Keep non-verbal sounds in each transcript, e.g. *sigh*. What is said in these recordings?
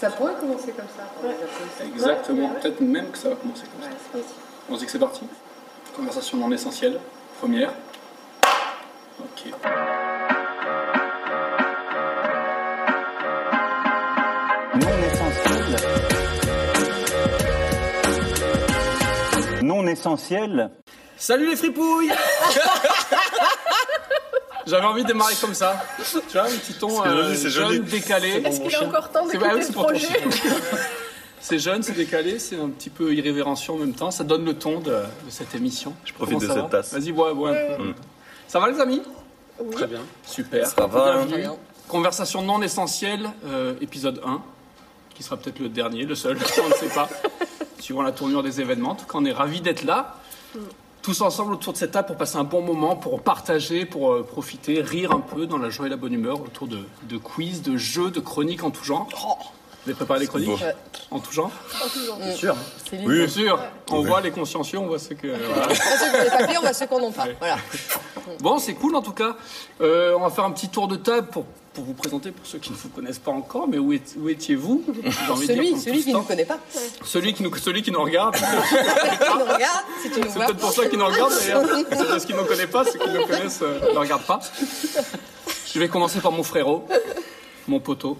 Ça pourrait commencer comme ça. pour les Ouais. applaudissements. Exactement, Ouais. peut-être même que ça va commencer comme ça. Ouais, Oui. On se dit que c'est parti. Conversation non essentielle, première. Ok. non essentiel, non essentiel. Salut les *laughs* fripouilles J'avais envie de démarrer comme ça. Tu vois, un petit ton C'est euh, joli, c'est jeune, joli. décalé. Est-ce qu'il a encore temps C'est bah oui, d'écouter c'est le pour ton projet chien. *laughs* C'est jeune, c'est décalé, c'est un petit peu irrévérencieux en même temps. Ça donne le ton de, de cette émission. Je profite de cette tasse. Mm. Vas-y, bois, bois. un peu. Ça va les amis Très bien. Super. Ça va, hein Bienvenue. Conversation non essentielle, euh, épisode 1, qui sera peut-être le dernier, le seul, *laughs* on ne sait *laughs* pas, suivant la tournure des événements. En tout cas, on est ravis d'être là, tous ensemble autour de cette table pour passer un bon moment, pour partager, pour euh, profiter, rire un peu dans la joie et la bonne humeur autour de, de quiz, de jeux, de chroniques en tout genre. Vous avez préparé des chroniques beau. hein. En tout genre Mm. Bien Oui, sûr, on voit les consciencieux, on voit ce que. voilà. On voit ceux qui ont des papiers, on voit ceux qu'on n'a pas. Voilà. Bon, c'est cool en tout cas. Euh, on va faire un petit tour de table pour, pour vous présenter, pour ceux qui ne vous connaissent pas encore, mais où, est- où étiez-vous J'ai envie de dire Celui, comme celui tout qui ce ne temps. nous connaît pas. Celui qui nous, celui qui nous regarde. Si tu nous regardes, si tu nous C'est vois. peut-être pour ça qu'il nous regarde d'ailleurs. C'est parce qu'il ne nous connaît pas, ceux qui nous connaissent euh, ne le regardent pas. Je vais commencer par mon frérot, mon poteau.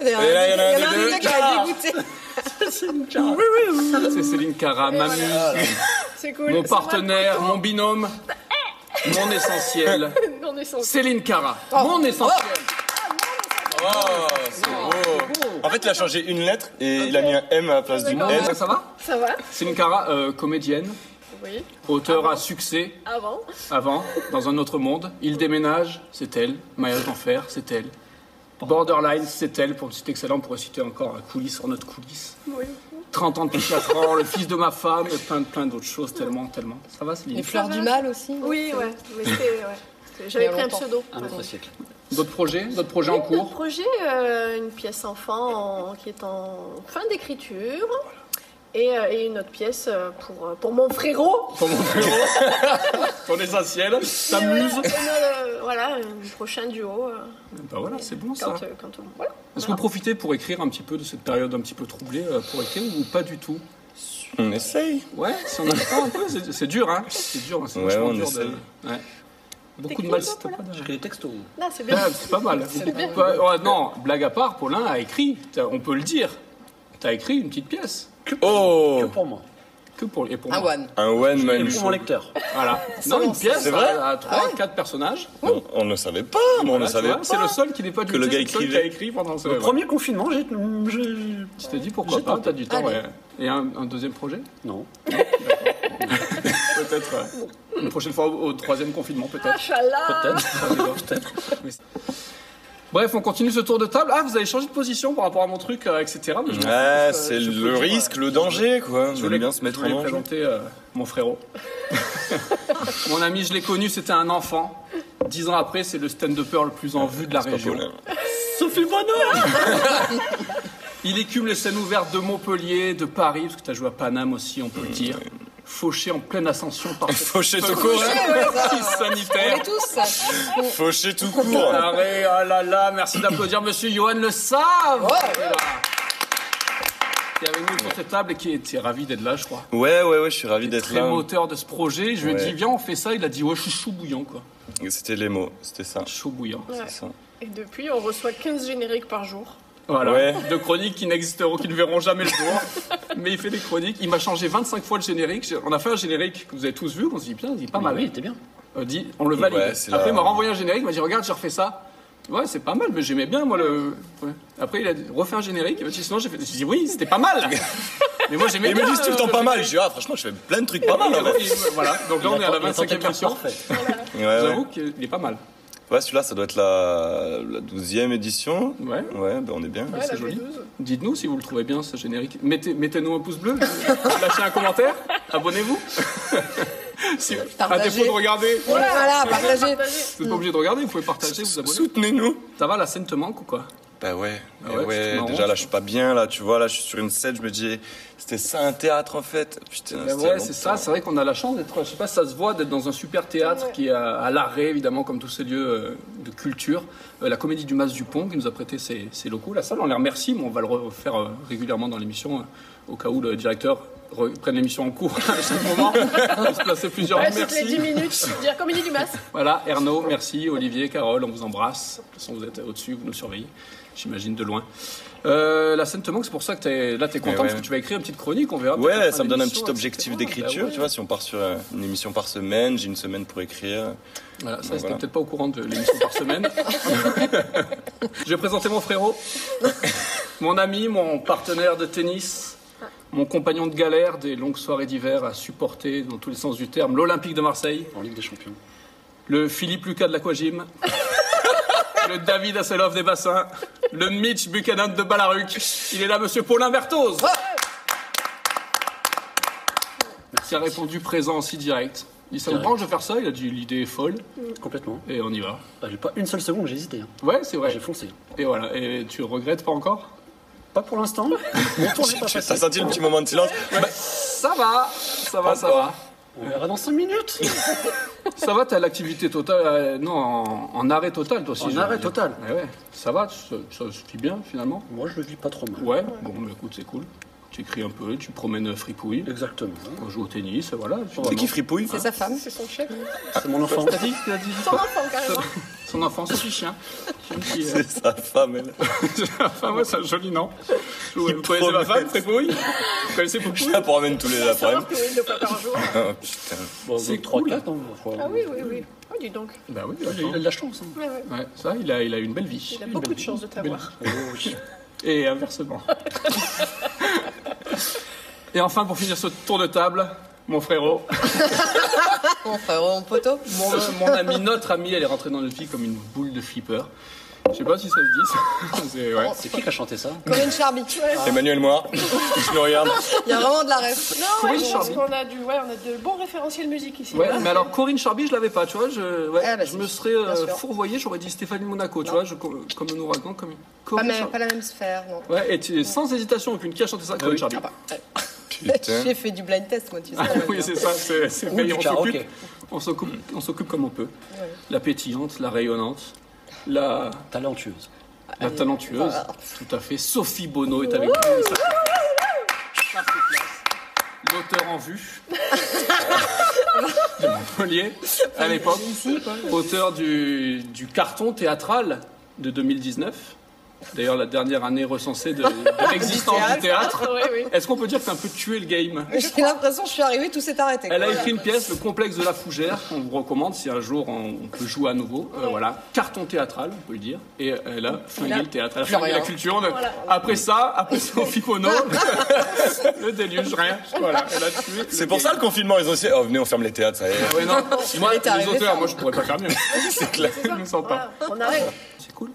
Il y en a Et là, il y en a un un il y en a un des des deux deux qui Ah. va dégoûter. C'est Céline Cara, ma Oh muse, C'est cool. mon C'est moi, partenaire, mon binôme, mon *laughs* essentiel. Non essentiel. Oh. Céline Cara, mon essentiel. Oh, c'est beau. En fait, il a changé une lettre et il a mis un M à la place d'une D'accord. N. Ça, ça va Ça va Céline Cara, euh, comédienne, Oui. Ah auteur à succès, Avant. Avant, dans un autre monde, il déménage, c'est elle. Maillage d'enfer, c'est elle. Borderline, c'est elle. Pour citer excellent, on pourrait citer encore la coulisse sur notre coulisse. 30 ans depuis 4 ans, le fils de ma femme, et plein, plein d'autres choses, tellement, tellement. Ça va, Les Céline fleurs du mal aussi. Oui, ouais. Mais c'était. ouais. Il y J'avais a pris un longtemps. pseudo. D'autres projets D'autres projets en Un cours projet, euh, une pièce enfant en- qui est en fin d'écriture. Et, euh, et une autre pièce euh, pour, euh, pour mon frérot. Pour mon frérot Ton essentiel Ça Et muse voilà, euh, voilà, un prochain duo. euh, Bah voilà, c'est bon ça. quand, euh, quand on- voilà. Est-ce que vous profitez pour écrire un petit peu de cette période un petit peu troublée euh, pour écrire ou pas du tout On essaye. Ouais, si on n'aime pas un peu, c'est c'est dur, hein C'est dur, c'est Ouais, vachement on dur de- essaye. ouais. Beaucoup de T'écris mal ou si pas, t'as pas de... Non, c'est bien. Ah, c'est pas mal. Ouais, ouais, non, blague à part, Paulin a écrit, t'as- on peut le dire, t'as écrit une petite pièce. Oh pour moi. Que pour, et pour Un moi. one. Un one man pour show. mon lecteur. *laughs* Voilà. Non, une pièce C'est vrai à, à trois, quatre personnages. On, on ne savait pas, mais on Voilà, ne tu savait vois, pas. C'est le seul qui n'est pas du que le tout, gars c'est seul qui a écrivait. écrit pendant ce. ouais. Premier confinement, j'ai. j'ai- Tu t'es dit pourquoi J'ai pas, tenté. t'as du temps, Allez. ouais. Et un, un deuxième projet Non. *laughs* Peut-être. ouais. Une prochaine fois au, au troisième confinement, peut-être. Inch'Allah. *laughs* Mais- Bref, on continue ce tour de table. Ah, vous avez changé de position par rapport à mon truc, euh, etc. mais je m'en fous, Ah, je- c'est je peux le dire, risque, euh, le danger, Je quoi. Je voulais voulais bien se mettre je voulais en danger. présenter euh, mon *laughs* frérot. mon ami, je l'ai connu, c'était un enfant. Dix ans après, c'est le stand-upper le plus en vue de la C'est pas région. Paulin. Sophie Bonneau Il écume les scènes ouvertes de Montpellier, de Paris, parce que tu as joué à Paname aussi, on peut le dire. Fauché en pleine ascension *laughs* par cette Fauché tout court. crise On sanitaire. est *laughs* tous. ça. Fauché tout court. Arrête, oh là là, merci d'applaudir Monsieur Johan Le Savre, Voilà. qui est avec nous sur cette table et qui était ravi d'être là, je crois. Ouais, ouais, ouais, je suis ravi d'être Très là. moteur de ce projet. Je lui ai Ouais. dit, viens, on fait ça. Il a dit, ouais, je suis chaud bouillant, quoi. C'était les mots, c'était ça. Chaud bouillant. Ouais. C'est ça. Et depuis, on reçoit 15 génériques par jour. Voilà. Ouais. De chroniques qui n'existeront, qui ne verront jamais le jour. Mais il fait des chroniques. Il m'a changé 25 fois le générique. J'ai- On a fait un générique que vous avez tous vu. On se dit, putain, il est pas mal. Ah bah oui, il était bien. On dit, on le valide. Ouais, c'est Après, la- il m'a renvoyé un générique. Il m'a dit, regarde, j'ai refait ça. Ouais, c'est pas mal, mais j'aimais bien, moi, le. ouais. Après, il a dit, refait un générique. Il m'a dit, sinon, j'ai fait. J'ai dit, oui, c'était pas *laughs* mal. mais moi, j'aimais Ils bien. euh, me disent tout le temps pas mal. Je générique. dis, ah, franchement, je fais plein de trucs pas mal, en vrai. Voilà. Donc là, on est à la 25e Ah, bah, version. Parfait. Ouais, J'avoue ouais. qu'il est pas mal. Ouais, celui-là, ça doit être la, la 12e édition. Ouais. Ouais, bah on est bien. Ouais, c'est la joli. B12. Dites-nous si vous le trouvez bien ce générique. Mettez, mettez-nous un pouce bleu, lâchez un commentaire, abonnez-vous. *laughs* si, à Partagez. défaut de regarder, vous Voilà, partagez. Partagez. n'êtes pas obligé de regarder, vous pouvez partager, vous abonner. Soutenez-nous. Ça va, la scène te manque ou quoi Bah ouais, Ah mais ouais, ouais, tu te marrons, déjà tu là je suis pas bien, là tu vois, là je suis sur une scène, je me dis, c'était ça un théâtre en fait Putain, Ben c'était ouais, longtemps. c'est ça. C'est vrai qu'on a la chance d'être, je sais pas, ça se voit d'être dans un super théâtre qui est à, à l'arrêt, évidemment, comme tous ces lieux euh, de culture. Euh, la comédie du Mas Dupont qui nous a prêté ses, ses locaux, la salle, on les remercie, mais on va le refaire euh, régulièrement dans l'émission, euh, au cas où le directeur re- prenne l'émission en cours *laughs* à chaque moment. On se placer plusieurs Ouais, toutes les 10 merci. minutes, dire comédie du masque. Voilà, Ernaud, merci, Olivier, Carole, on vous embrasse. De toute façon, vous êtes au-dessus, vous nous surveillez, j'imagine, de loin. Euh, la scène te manque, c'est pour ça que t'es- là, t'es content, Mais Eh ouais. parce que tu vas écrire une petite chronique, on verra. peut-être Ouais, en fin ça me donne un d'émission, petit objectif etc. d'écriture, Bah ouais. tu vois, si on part sur euh, une émission par semaine, j'ai une semaine pour écrire. Voilà, ça, Donc, c'était voilà. peut-être pas au courant de l'émission par semaine. Je vais présenter mon frérot, mon ami, mon partenaire de tennis, mon compagnon de galère des longues soirées d'hiver à supporter, dans tous les sens du terme, l'Olympique de Marseille, En Ligue des Champions. le Philippe Lucas de l'Aquagym, le David Asseloff des bassins, le Mitch Buchanan de Balaruc. Il est là, monsieur Paulin Berthoz. Qui a répondu présent aussi direct. Il dit, ça vous Direct. branche de faire ça Il a dit l'idée est folle Complètement. et on y va. Bah, j'ai pas une seule seconde, j'ai hésité. hein. Ouais, c'est vrai. J'ai foncé. Et voilà, et tu regrettes pas encore Pas pour l'instant. Mon tour n'est pas T'as passé. senti le petit moment de silence Ça va, ça va, ça va. On verra dans 5 minutes. Ça va, t'as l'activité totale, euh, non, en, en arrêt total toi aussi. En je veux arrêt dire. Eh total. Ouais, ouais. ça va, ça, ça suffit bien finalement. Moi, je le vis pas trop mal. Ouais, bon, bah, écoute, c'est cool. Tu écris un peu, tu promènes euh, fripouille, Exactement. hein. on joue au tennis, voilà. C'est qui fripouille C'est sa femme. C'est son *laughs* chef. C'est mon enfant. T'as dit, t'as dit Son enfant, carrément. Son enfant, son petit chien. C'est un petit, euh, *laughs* C'est sa femme, elle. *laughs* enfin, ouais, c'est un joli nom. Vous, vous connaissez ma promet. femme, fripouille Vous connaissez Poupouille Je la promène tous les Savoir après-midi. que oui, deux fois par jour. Oh, putain. Bon, C'est donc, trois, cool. quatre, hein, enfin, Ah oui, oui, oui. Oh, dis donc. Bah oui, Il a de ouais, la chance. hein. Ouais, ouais. ouais, ça, il a, il a une belle vie. Il a beaucoup de chance de t'avoir. Oh, oui. Et inversement. Et enfin, pour finir ce tour de table, mon frérot, Mon frérot, mon poteau. mon, mon ami, notre ami, elle est rentrée dans notre vie comme une boule de flipper. Je sais pas si ça se dit. ça. *laughs* Oh, C'est- ouais. C'est qui qui a chanté ça Corinne Charby. Emmanuel Moir, *laughs* je le regarde. Il y a vraiment de la ref. Non, ouais, Corinne je pense Charby. qu'on a du, ouais, on a de bons référentiels musique ici. Ouais, mais alors Corinne Charby, je l'avais pas, tu vois. Je, ouais, Ah, bah, je si. me serais euh, Bien sûr. fourvoyé, j'aurais dit Stéphanie Monaco, tu vois, je- comme on nous raconte, comme une- Pas, Corinne même- Charby. pas la même sphère, non. Ouais, et tu- sans hésitation aucune, qui a chanté ça Corinne Charby. Putain. J'ai fait du blind test, moi, tu sais. Ah oui, c'est ça, c'est c'est Ou payé, du on karaoké. s'occupe- On s'occupe on s'occupe comme on peut. La pétillante, la rayonnante, la, Talentueuse. La talentueuse, voilà. tout à fait. Sophie Bonneau est avec nous. Ça fait- ça fait classe. L'auteur en vue *laughs* de Montpellier, à l'époque. Auteur du, du carton théâtral de 2019. D'ailleurs, la dernière année recensée de, de l'existence du théâtre. Oui, oui. Est-ce qu'on peut dire que t'as un peu tué le game J'ai l'impression que je suis arrivée, tout s'est arrêté. elle a quoi. écrit une pièce, Le complexe de la fougère, qu'on vous recommande si un jour on, on peut jouer à nouveau. Euh, voilà, carton théâtral, on peut le dire. Et euh, elle a flingué a le théâtre, elle a plus flingué la rien. culture. On a- Après ça, après Sophie Pono, *laughs* le- le déluge, rien. Voilà, elle a tué. C'est pour ça le confinement, ils ont aussi. Oh, venez, on ferme les théâtres, ça y est. Ah Ouais, *laughs* non. Moi, Elle est les arrivée, auteurs, ça. moi je pourrais pas faire mieux. *laughs* C'est *laughs* clair. Je me sens pas. Voilà, on arrête. C'est cool.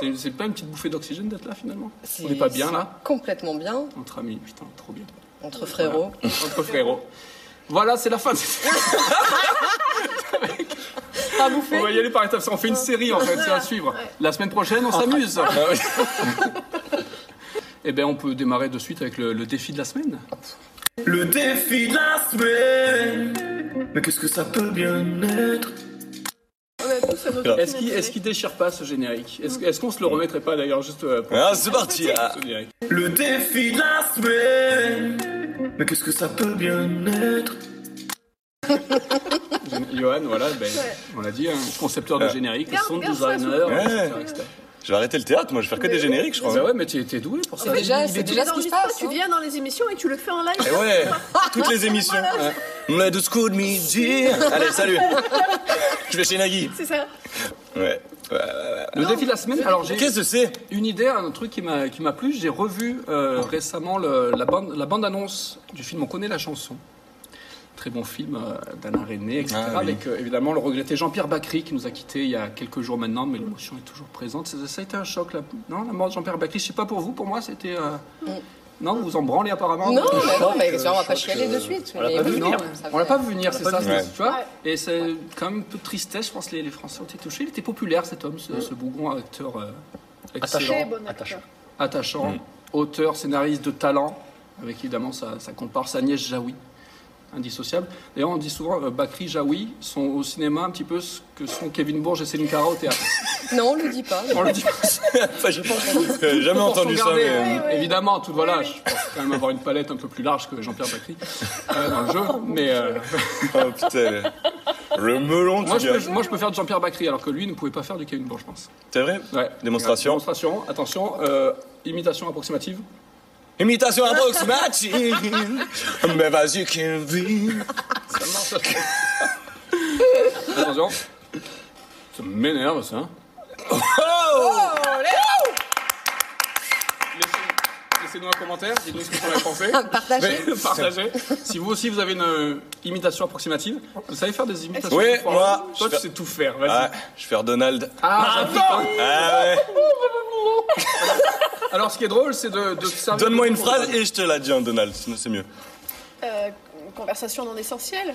C'est- C'est pas une petite bouffée d'oxygène d'être là finalement C'est- On est pas bien là c'est Complètement bien, Entre amis, putain, trop bien. entre frérots. Entre frérots. Voilà, c'est la fin de cette *laughs* À On bouffer. va y aller par étapes. On fait une série en fait, c'est à suivre. La semaine prochaine, on s'amuse. *laughs* Eh bien, on peut démarrer de suite avec le, le défi de la semaine. Le défi de la semaine. Mais qu'est-ce que ça peut bien être On a tous nos Est-ce qu'il est déchire pas ce générique Est-ce est-ce qu'on se le remettrait pas d'ailleurs juste euh, pour Ah, c'est parti. ah. ce générique Le défi de la semaine. Mais qu'est-ce que ça peut bien être *laughs* Johan, voilà, ben, on l'a dit, un concepteur de générique, Garde- sound garde ça, designer, Ouais. etc., etc. Je vais arrêter le théâtre, moi, je vais faire que des génériques, je Bah crois. ouais, Ah, mais t'es t'es doué pour ça. Déjà, Tu c'est les déjà ce qui se enregistres pas, passe. tu hein. viens Ah, dans les émissions et tu le fais en live. Et Eh *laughs* ouais, toutes les émissions. Ouais. Let us call me dear. Allez, salut. Je vais chez Nagui. C'est ça. Ouais. Ouais, ouais, ouais. Le défi de la semaine, alors j'ai Qu'est-ce que c'est une idée, un truc qui m'a qui m'a plu. J'ai revu euh, récemment le- la bande la bande annonce du film On connaît la chanson. Très bon film euh, d'Alain René, etc. Ah, oui. Avec euh, évidemment le regretté Jean-Pierre Bacry qui nous a quittés il y a quelques jours maintenant, mais l'émotion est toujours présente. Ça, ça a été un choc, là. non La mort de Jean-Pierre Bacry, je sais pas pour vous, pour moi c'était. euh, Non, vous en branlez apparemment. Non, Vous- mais non, mais choc, on va pas choc, chialer euh, de suite. on l'a mais pas vu oui, non, non, ça on l'a fait- pas vu venir, c'est ça, Ouais. c'est- tu vois. Ouais. Et c'est Mm. quand même un peu de tristesse, je pense, les, les Français ont été touchés. Il était populaire cet homme, ce, ce bougon acteur euh, Très excellent, bon acteur. Attachant. attachant, Mm. auteur, scénariste de talent, avec évidemment sa, sa comparse Agnès Jaoui, indissociable. D'ailleurs, on dit souvent euh, Bakri Jaoui sont au cinéma un petit peu ce que sont Kevin Bourge et Céline Cara au *laughs* théâtre. Non, on le dit pas. On le dit pas. Enfin, j'ai pas entendu. Euh, jamais Pour entendu ça, sauvegarder, mais. euh, Évidemment, tout voilà, je pense quand même avoir une palette un peu plus large que Jean-Pierre Bacry euh, dans le jeu. mais euh, Oh putain. Le melon, moi, du je gars. peux, moi, je peux faire de Jean-Pierre Bacry, alors que lui ne pouvait pas faire du Kevin Bourge, je pense. C'est vrai Ouais. Démonstration. Démonstration, attention, euh, imitation approximative. Imitation approximative. Mais vas-y, *laughs* Kevin. Attention. Ça m'énerve, hein. ça. Oh Laissez- Laissez-nous un commentaire, dites-nous ce que vous en avez pensé. Partagez. Mais- Partagez. Si vous aussi vous avez une euh, imitation approximative, vous savez faire des imitations Oui, foireuses moi, Toi, je tu fais- sais tout faire, vas-y. Ah, je vais faire Donald. Ah, j'avoue. Ah ouais. Alors, ce qui est drôle, c'est de, de se servir. Donne-moi de- une phrase et je te la dis en Donald, sinon c'est mieux. Euh, une conversation non essentielle.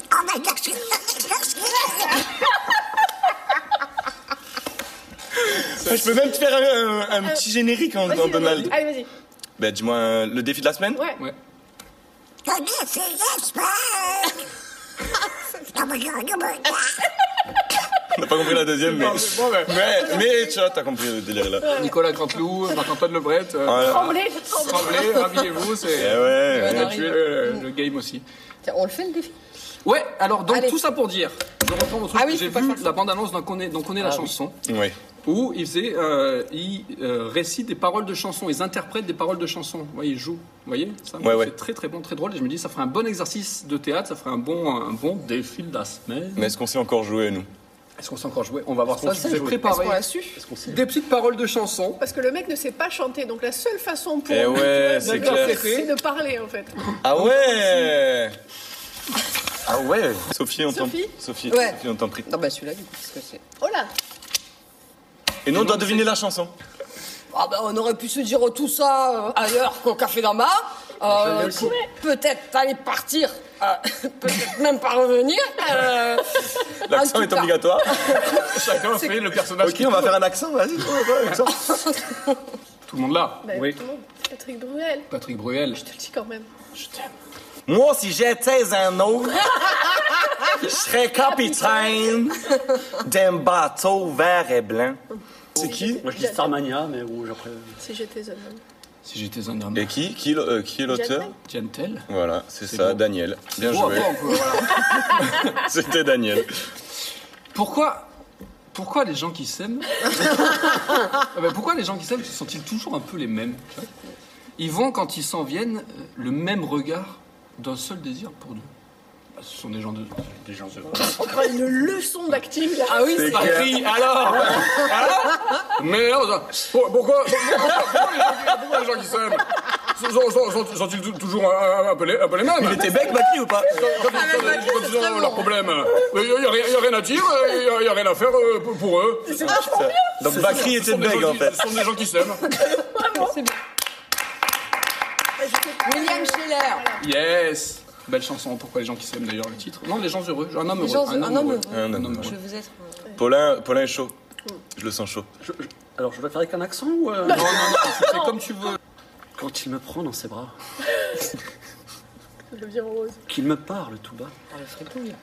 Je peux même te faire un, un- un petit générique en, en Vas-y, Donald. vas-y. Allez, vas-y. Bah, dis-moi euh, le défi de la semaine. Ouais. Ouais. On n'a pas compris la deuxième, mais. Non, mais bon, ouais. Mais, mais tu vois, t'as compris le délire là. Nicolas Canteloup, Marc-Antoine Lebret, euh, Voilà. Tremblez, tremblez. Tremblay, rhabillez-vous, Eh c'est. ouais, On ouais. a tué le, le game aussi. Tiens, on le fait le défi Ouais, alors donc Allez. tout ça pour dire, je reprends au truc, Ah oui, j'ai faut pas vu faire ça. la bande-annonce d'un Qu'on est, d'un Qu'on Ah est la chanson, Ouais. où il faisait, euh, il euh, récite des paroles de chansons, ils interprètent des paroles de chansons, vous voyez, ils jouent, vous voyez, ça Ouais, ouais. c'est très très bon, très drôle, et je me dis ça ferait un bon exercice de théâtre, ça ferait un bon, un bon défi de la semaine. Mais est-ce qu'on sait encore jouer, nous Est-ce qu'on s'est encore joué On va voir Est-ce ça, qu'on je sait vous ai jouer préparé qu'on l'a su. des petites paroles de chansons, Parce que le mec ne sait pas chanter, donc la seule façon pour Eh lui, ouais, tu c'est vois, clair. c'est de parler en fait. Ah ouais Ah ouais Sophie, on t'en Sophie Sophie, Ouais. Sophie, on t'en prie. Non, bah celui-là, du coup, parce que c'est. Oh là Et nous, on doit deviner la chanson. Ah bah on aurait pu se dire tout ça euh, ailleurs qu'au Café Lama. Euh, Génial, ça. peut-être aller partir, euh, *laughs* peut-être même pas revenir. euh, L'accent en est tout cas. obligatoire. chacun fait le personnage ok, on va faire un accent, vas-y. Tout le monde là Bah, Oui. tout le monde. Patrick Bruel, Patrick Bruel. je te le dis quand même. Moi, si j'étais un autre, je serais capitaine d'un bateau vert et blanc. C'est qui Moi, je dis Starmania, mais bon, j'après. Si j'étais un homme. Si j'étais un homme Et qui Qui, le- euh, qui est l'auteur Jack gentil. Voilà, c'est C'est ça, bon. Daniel. Bien Bon, joué. après, Oh, on peut- voilà. *laughs* C'était Daniel. Pourquoi, pourquoi les gens qui s'aiment, Ah ben, pourquoi les gens qui s'aiment se sont-ils toujours un peu les mêmes tu vois Ils vont quand ils s'en viennent euh, le même regard d'un seul désir pour nous. Bah, ce sont des gens de, des gens de. On prend une leçon d'acting là. Ah oui, c'est Paris, alors, alors Mais alors, euh, pour- pourquoi, pourquoi, pourquoi les gens qui- pourquoi les gens qui s'aiment sont- sont- sont- sont- sont-ils tou- toujours un, un peu les, un peu les mêmes Il était bec, Bakri, ou pas Quand ils- quand ils- quand ils ont leurs problèmes, il n'y a, rien- y a rien à dire, il n'y a, rien à faire euh, pour- pour eux. Donc Bakri était Ce sont des bègue, gens en qui- fait. Ce sont des gens qui s'aiment. William Scheller. Yes Belle chanson, pourquoi les gens qui s'aiment d'ailleurs le titre Non, les gens heureux, un homme Les heureux. gens- un homme heureux. Un homme Je heureux. vous être. euh, Paulin, Paulin est chaud. Je le sens chaud. Je- je- Alors, je dois faire avec un accent ou. *laughs* euh, Non, non, non, tu fais comme tu veux. *laughs* Quand il me prend dans *laughs* ses bras, Le bien rose. Ah, qu'il me parle tout bas, Oh, le fripouille.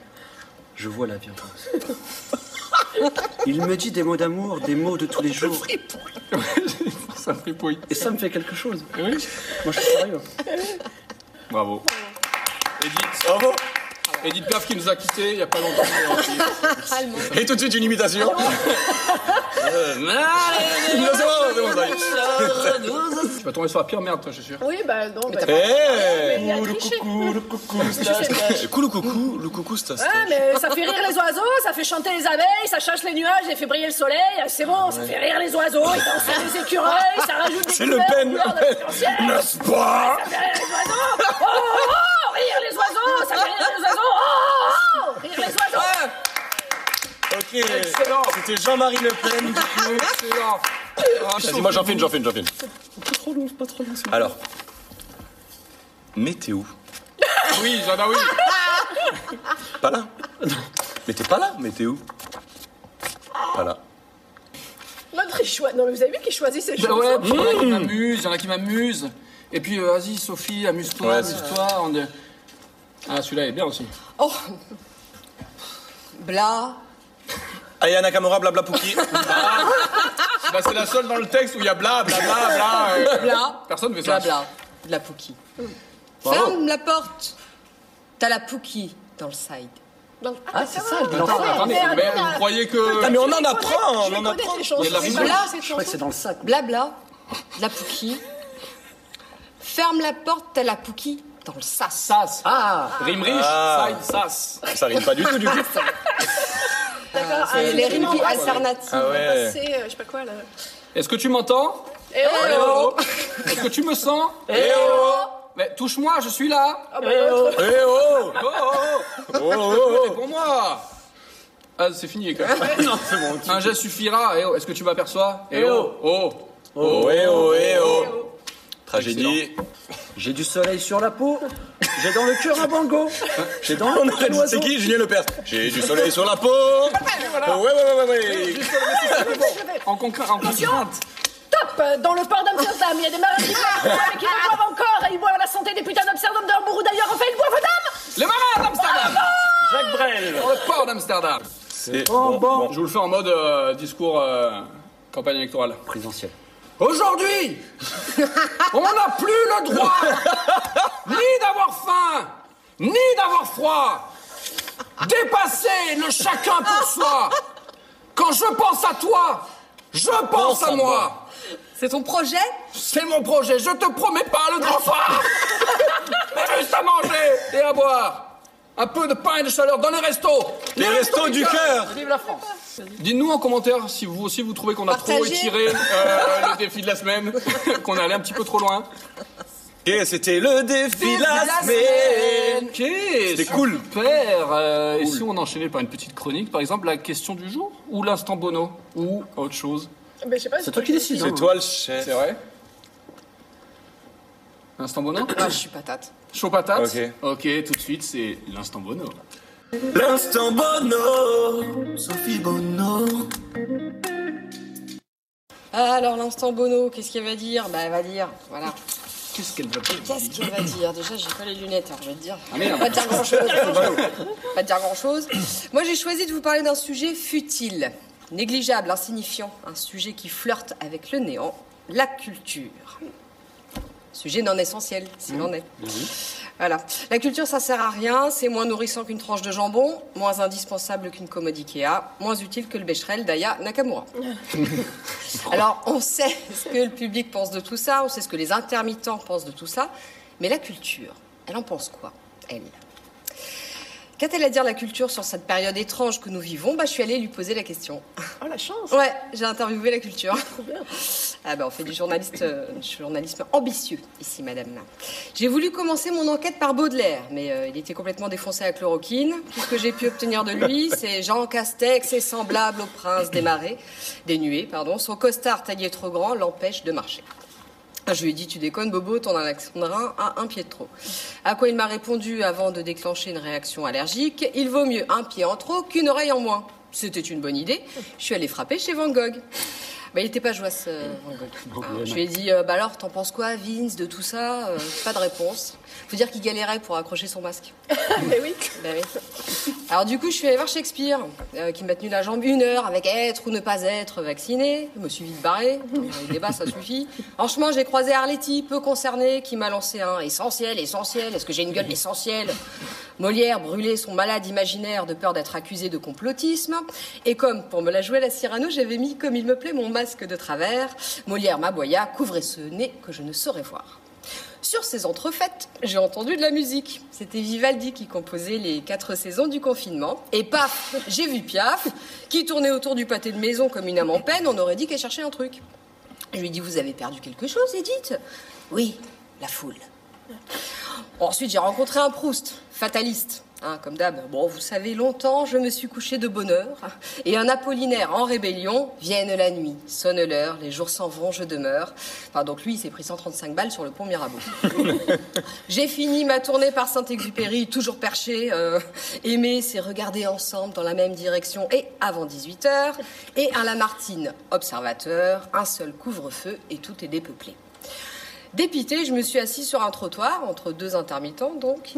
je vois la Vierge Rose. Il me dit des mots d'amour, des mots de tous les jours. Ça fait pouille. Et ça me fait quelque chose. Oui. Moi, je suis sérieux. Bravo. Edith, Bravo Edith Piaf qui nous a quittés il n'y a pas *laughs* longtemps. Euh, Allemand. Et tout de suite une imitation. Une imitation, Oh, c'est bon, ça y est. tu vas tomber sur la pire merde, toi, je suis sûr. Oui, bah non, bah, Eh mais elle trichait. *laughs* Coucou le coucou, le coucou c'est Ah, mais ça fait rire les oiseaux, ça fait chanter les abeilles, ça chasse les nuages et fait briller le soleil. C'est bon, ça fait rire les oiseaux, ils dansent les écureuils, ça rajoute des C'est le couleurs, Pen, couleurs de l'arc-en-ciel. *laughs* N'est-ce pas Ça fait rire les oiseaux. Oh, oh, oh, rire les oiseaux, ça fait rire les oiseaux. Oh, oh, oh, rire les oiseaux. Ok, c'était Jean-Marie Le Pen. Ah, Excellent. Ah, Vas-y, moi j'en fais une, j'en fais une, j'en fais une. Pas trop long, pas trop long. c'est bon. Alors, météo. Oui, j'en ai oui. Pas là Mais t'es pas là, météo. Pas là. Notre très chouette. Non, mais vous avez vu qu'il choisit ses Bah choses. ouais, puis il y en a qui Mm. m'amusent, il y en a qui m'amusent. Et puis, euh, vas-y, Sophie, amuse-toi, Ouais, amuse-toi. on est- Ah, celui-là est bien aussi. Oh Bla. Aya Nakamura, blabla *laughs* Pouki. Ah. Bah, c'est la seule dans le texte où il y a bla, bla, bla, bla. euh, Bla. Personne ne veut Bla ça. bla. De la pouki. Bravo. Ferme la porte. T'as la pouki dans le side. Donc, Ah, c'est ça, je l'ai Attends, entendu. attendez, Merde, mais merde. vous croyez que. Ah, mais on en apprend, on en connais apprend. tes chansons. Il y a de la rime. C'est pas là, cette Je crois que chanson. c'est dans le sac. Blabla. De la pouki. Ferme la porte. T'as la pouki dans le sas. Sas. Ah Rime riche, Ah. side, sas. Ça rime pas du tout, du coup. D'accord, Et ah, les tu rimes m'embrasses. alternatives. Ah ouais. C'est, euh, je sais pas quoi là. Est-ce que tu m'entends Eh oh, Eh oh. Est-ce que tu me sens Eh oh! Mais touche-moi, je suis là. Ah bah, l'autre. Eh oh! Oh, oh, Oh, oh, oh, oh! pour moi. Ah, c'est fini quand même. Non, c'est bon. Un geste suffira. Eh oh, est-ce que tu m'aperçois Eh oh, oh. Oh, eh oh, eh oh! Tragédie. J'ai du soleil sur la peau, j'ai dans le cœur un bango, j'ai dans le cœur un C'est oiseau. qui, Julien Lepers? J'ai du soleil sur la peau! *laughs* Oh, Ouais, ouais, ouais, ouais, ouais! En concret, en contrainte. Top euh, Dans le port d'Amsterdam, il y a des marins qui boivent, mais qui le boivent encore et ils boivent à la santé des putains d'Amsterdam, de Hambourg ou d'ailleurs. Enfin, ils boivent aux dames Les marins d'Amsterdam. Jacques Brel. Dans le port d'Amsterdam. C'est Bon, bon. Je vous le fais en mode euh, discours euh, campagne électorale. Présidentiel. Aujourd'hui, on n'a plus le droit ni d'avoir faim, ni d'avoir froid. Dépasser le chacun pour soi. Quand je pense à toi, je pense, à, à moi. C'est ton projet C'est mon projet, je te promets pas le grand *laughs* soir. Mais juste à manger et à boire. Un peu de pain et de chaleur dans les restos. Les restos du cœur! Vive la France Dites-nous en commentaire si vous aussi vous trouvez qu'on a trop Partagez. étiré euh, *laughs* le défi de la semaine, *laughs* qu'on est allé un petit peu trop loin. Et c'était le défi de la semaine! Ok, c'était cool. Super. euh, Et si on enchaînait par une petite chronique, par exemple la question du jour ou l'instant bono ou autre chose. Mais je sais pas, C'est toi qui décides. C'est hein. toi le chef. C'est vrai. L'instant bono. Ah, je suis patate. Chaud patate. Ok. Ok, tout de suite c'est l'instant bono. L'instant Bono, Sophie Bono. Ah, alors, l'instant Bono, qu'est-ce qu'elle va dire Bah, elle va dire, voilà. Qu'est-ce qu'elle va dire Qu'est-ce qu'elle va dire Déjà, j'ai pas les lunettes, alors je vais te dire. Ah, merde. Pas te dire *laughs* grand-chose. pas te dire grand-chose. Moi, j'ai choisi de vous parler d'un sujet futile, négligeable, insignifiant, un sujet qui flirte avec le néant, la culture. Sujet non essentiel, s'il en est. Mmh. Voilà. La culture, ça sert à rien, c'est moins nourrissant qu'une tranche de jambon, moins indispensable qu'une commode Ikea, moins utile que le bécherel d'Aya Nakamura. Alors, on sait *laughs* ce que le public pense de tout ça, on sait ce que les intermittents pensent de tout ça, mais la culture, elle en pense quoi, elle Qu'a-t-elle à dire la culture sur cette période étrange que nous vivons bah, Je suis allée lui poser la question. Oh la chance Ouais, j'ai interviewé la culture. Ah bah, on fait du journaliste, euh, du journalisme ambitieux ici, madame. J'ai voulu commencer mon enquête par Baudelaire, mais euh, il était complètement défoncé à chloroquine. Tout ce que j'ai pu obtenir de lui, c'est Jean Castex et semblable au prince des marais, des nuées, pardon. Son costard taillé trop grand l'empêche de marcher. Ah, Je lui ai dit, tu déconnes, Bobo, ton alexandrin a un pied de trop. À quoi il m'a répondu avant de déclencher une réaction allergique, il vaut mieux un pied en trop qu'une oreille en moins. C'était une bonne idée. Je suis allée frapper chez Van Gogh. Bah, il n'était pas joie, ce Van Gogh. Euh, je lui ai dit, euh, bah alors, t'en penses quoi, Vince, de tout ça Euh, Pas de réponse. Faut dire qu'il galérait pour accrocher son masque. Ah, Mais oui Bah oui. Alors du coup, je suis allée voir Shakespeare, euh, qui m'a tenu la jambe une heure avec être ou ne pas être vacciné. Je me suis vite barrée. Dans Les débats, ça suffit. En chemin, j'ai croisé Arletty, peu concerné, qui m'a lancé un essentiel, essentiel. Est-ce que j'ai une gueule d'essentiel Molière brûlait son malade imaginaire de peur d'être accusé de complotisme. Et comme pour me la jouer la Cyrano, j'avais mis, comme il me plaît, mon masque de travers. Molière m'aboya, couvrez ce nez que je ne saurais voir. Sur ces entrefaites, j'ai entendu de la musique. C'était Vivaldi qui composait les quatre saisons du confinement. Et paf, j'ai vu Piaf, qui tournait autour du pâté de maison comme une âme en peine. On aurait dit qu'elle cherchait un truc. Je lui ai dit, vous avez perdu quelque chose, Edith Oui, la foule. Ensuite, j'ai rencontré un Proust, fataliste, Hein, comme d'hab, bon, vous savez, longtemps, je me suis couché de bonne heure. Et un Apollinaire en rébellion, vienne la nuit, sonne l'heure, les jours s'en vont, je demeure. Enfin, donc lui, il s'est pris 135 balles sur le pont Mirabeau. J'ai fini ma tournée par Saint-Exupéry, toujours perché. euh, aimer, c'est regarder ensemble dans la même direction et avant 18h. Et un Lamartine, observateur, un seul couvre-feu et tout est dépeuplé. Dépité, je me suis assis sur un trottoir, entre deux intermittents *laughs* donc.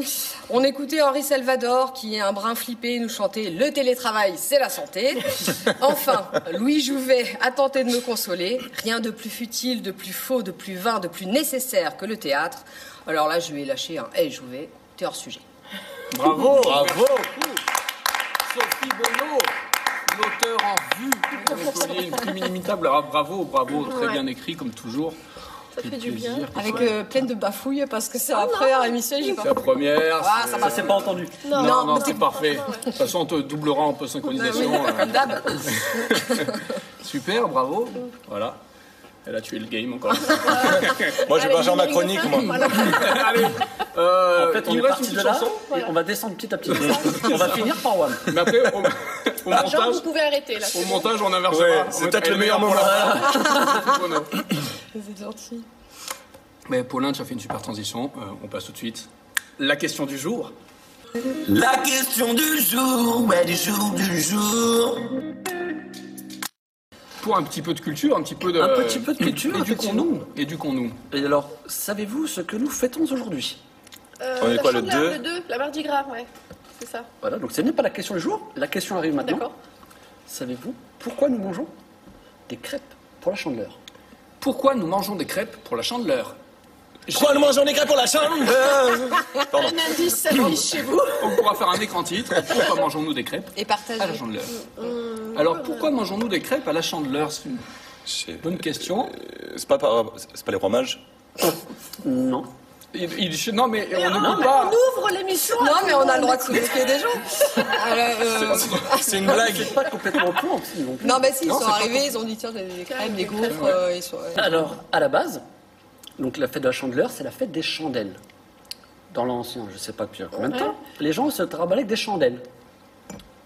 On écoutait Henri Salvador, qui est un brin flippé, nous chanter Le télétravail, c'est la *laughs* santé. Enfin, Louis Jouvet a tenté de me consoler. Rien de plus futile, de plus faux, de plus vain, de plus nécessaire que le théâtre. Alors là, je lui ai lâché un Hey Jouvet, t'es hors sujet. Bravo, Bravo! Sophie Bonneau, l'auteur en vue. Vous auriez Une plume inimitable. Alors, bravo, bravo, très Ouais. bien écrit comme toujours. Ça fait du bien. Avec euh, pleine de bafouilles, parce que c'est la première émission, j'ai pas. La première. Ah, c'est- ça Ça, m'a c'est pas entendu. Non, non, non, c'est parfait. De toute façon, on te doublera en post-synchronisation. Non, mais euh, Comme d'hab. *laughs* Super, bravo. Voilà. Elle a tué le game encore. Moi, je vais pas genre ma chronique, moi. *laughs* Allez, euh, En fait, on il est nous reste parti une petite de là chanson. et on va descendre petit à petit. on va finir par Wam. Mais après, au, au Genre, montage, vous pouvez arrêter là. au montage, on inversera. Ouais, On c'est mettra peut-être le elle meilleur pour moment. la fin. Bonneau. C'est gentil. Mais Paulin, tu as fait une super transition. Euh, on passe tout de suite. La question du jour. La question du jour, ouais, du jour, du jour. Pour un petit peu de culture, un petit peu de. Un petit peu de culture, Éduquons-nous. effectivement. Éduquons-nous. Et alors, savez-vous ce que nous fêtons aujourd'hui Euh, On est la quoi, le Chandler, deux Le 2, la Mardi Gras, ouais. C'est ça. Voilà, donc ce n'est pas la question du jour, la question arrive maintenant. D'accord. Savez-vous pourquoi nous mangeons des crêpes pour la chandeleur Pourquoi nous mangeons des crêpes pour la chandeleur Pourquoi nous mangeons des crêpes pour la chambre? Un indice s'affiche chez vous. On pourra faire un écran titre. Pourquoi mangeons-nous des crêpes Et à la partager. chandeleur Alors pourquoi mangeons-nous des crêpes à la chandeleur C'est une bonne question. Euh, C'est pas, par- c'est pas les fromages? Non. Il- il- non mais on ne Non, peut mais pas. on ouvre l'émission. Non, à tout Ah, mais on a monde. le droit de soulever des gens. Alors, euh, Ah, C'est une blague. C'est pas complètement con en plus, non plus. Non, mais si, ils Non, sont c'est pas arrivés, ils ont dit tiens, j'ai des crêpes, des Des crêpes, gaufres, euh, ils sont. euh, Alors, à la base, donc la fête de la chandeleur, c'est la fête des chandelles. Dans l'ancien, je sais pas depuis combien de temps, les gens se travaillaient avec des chandelles.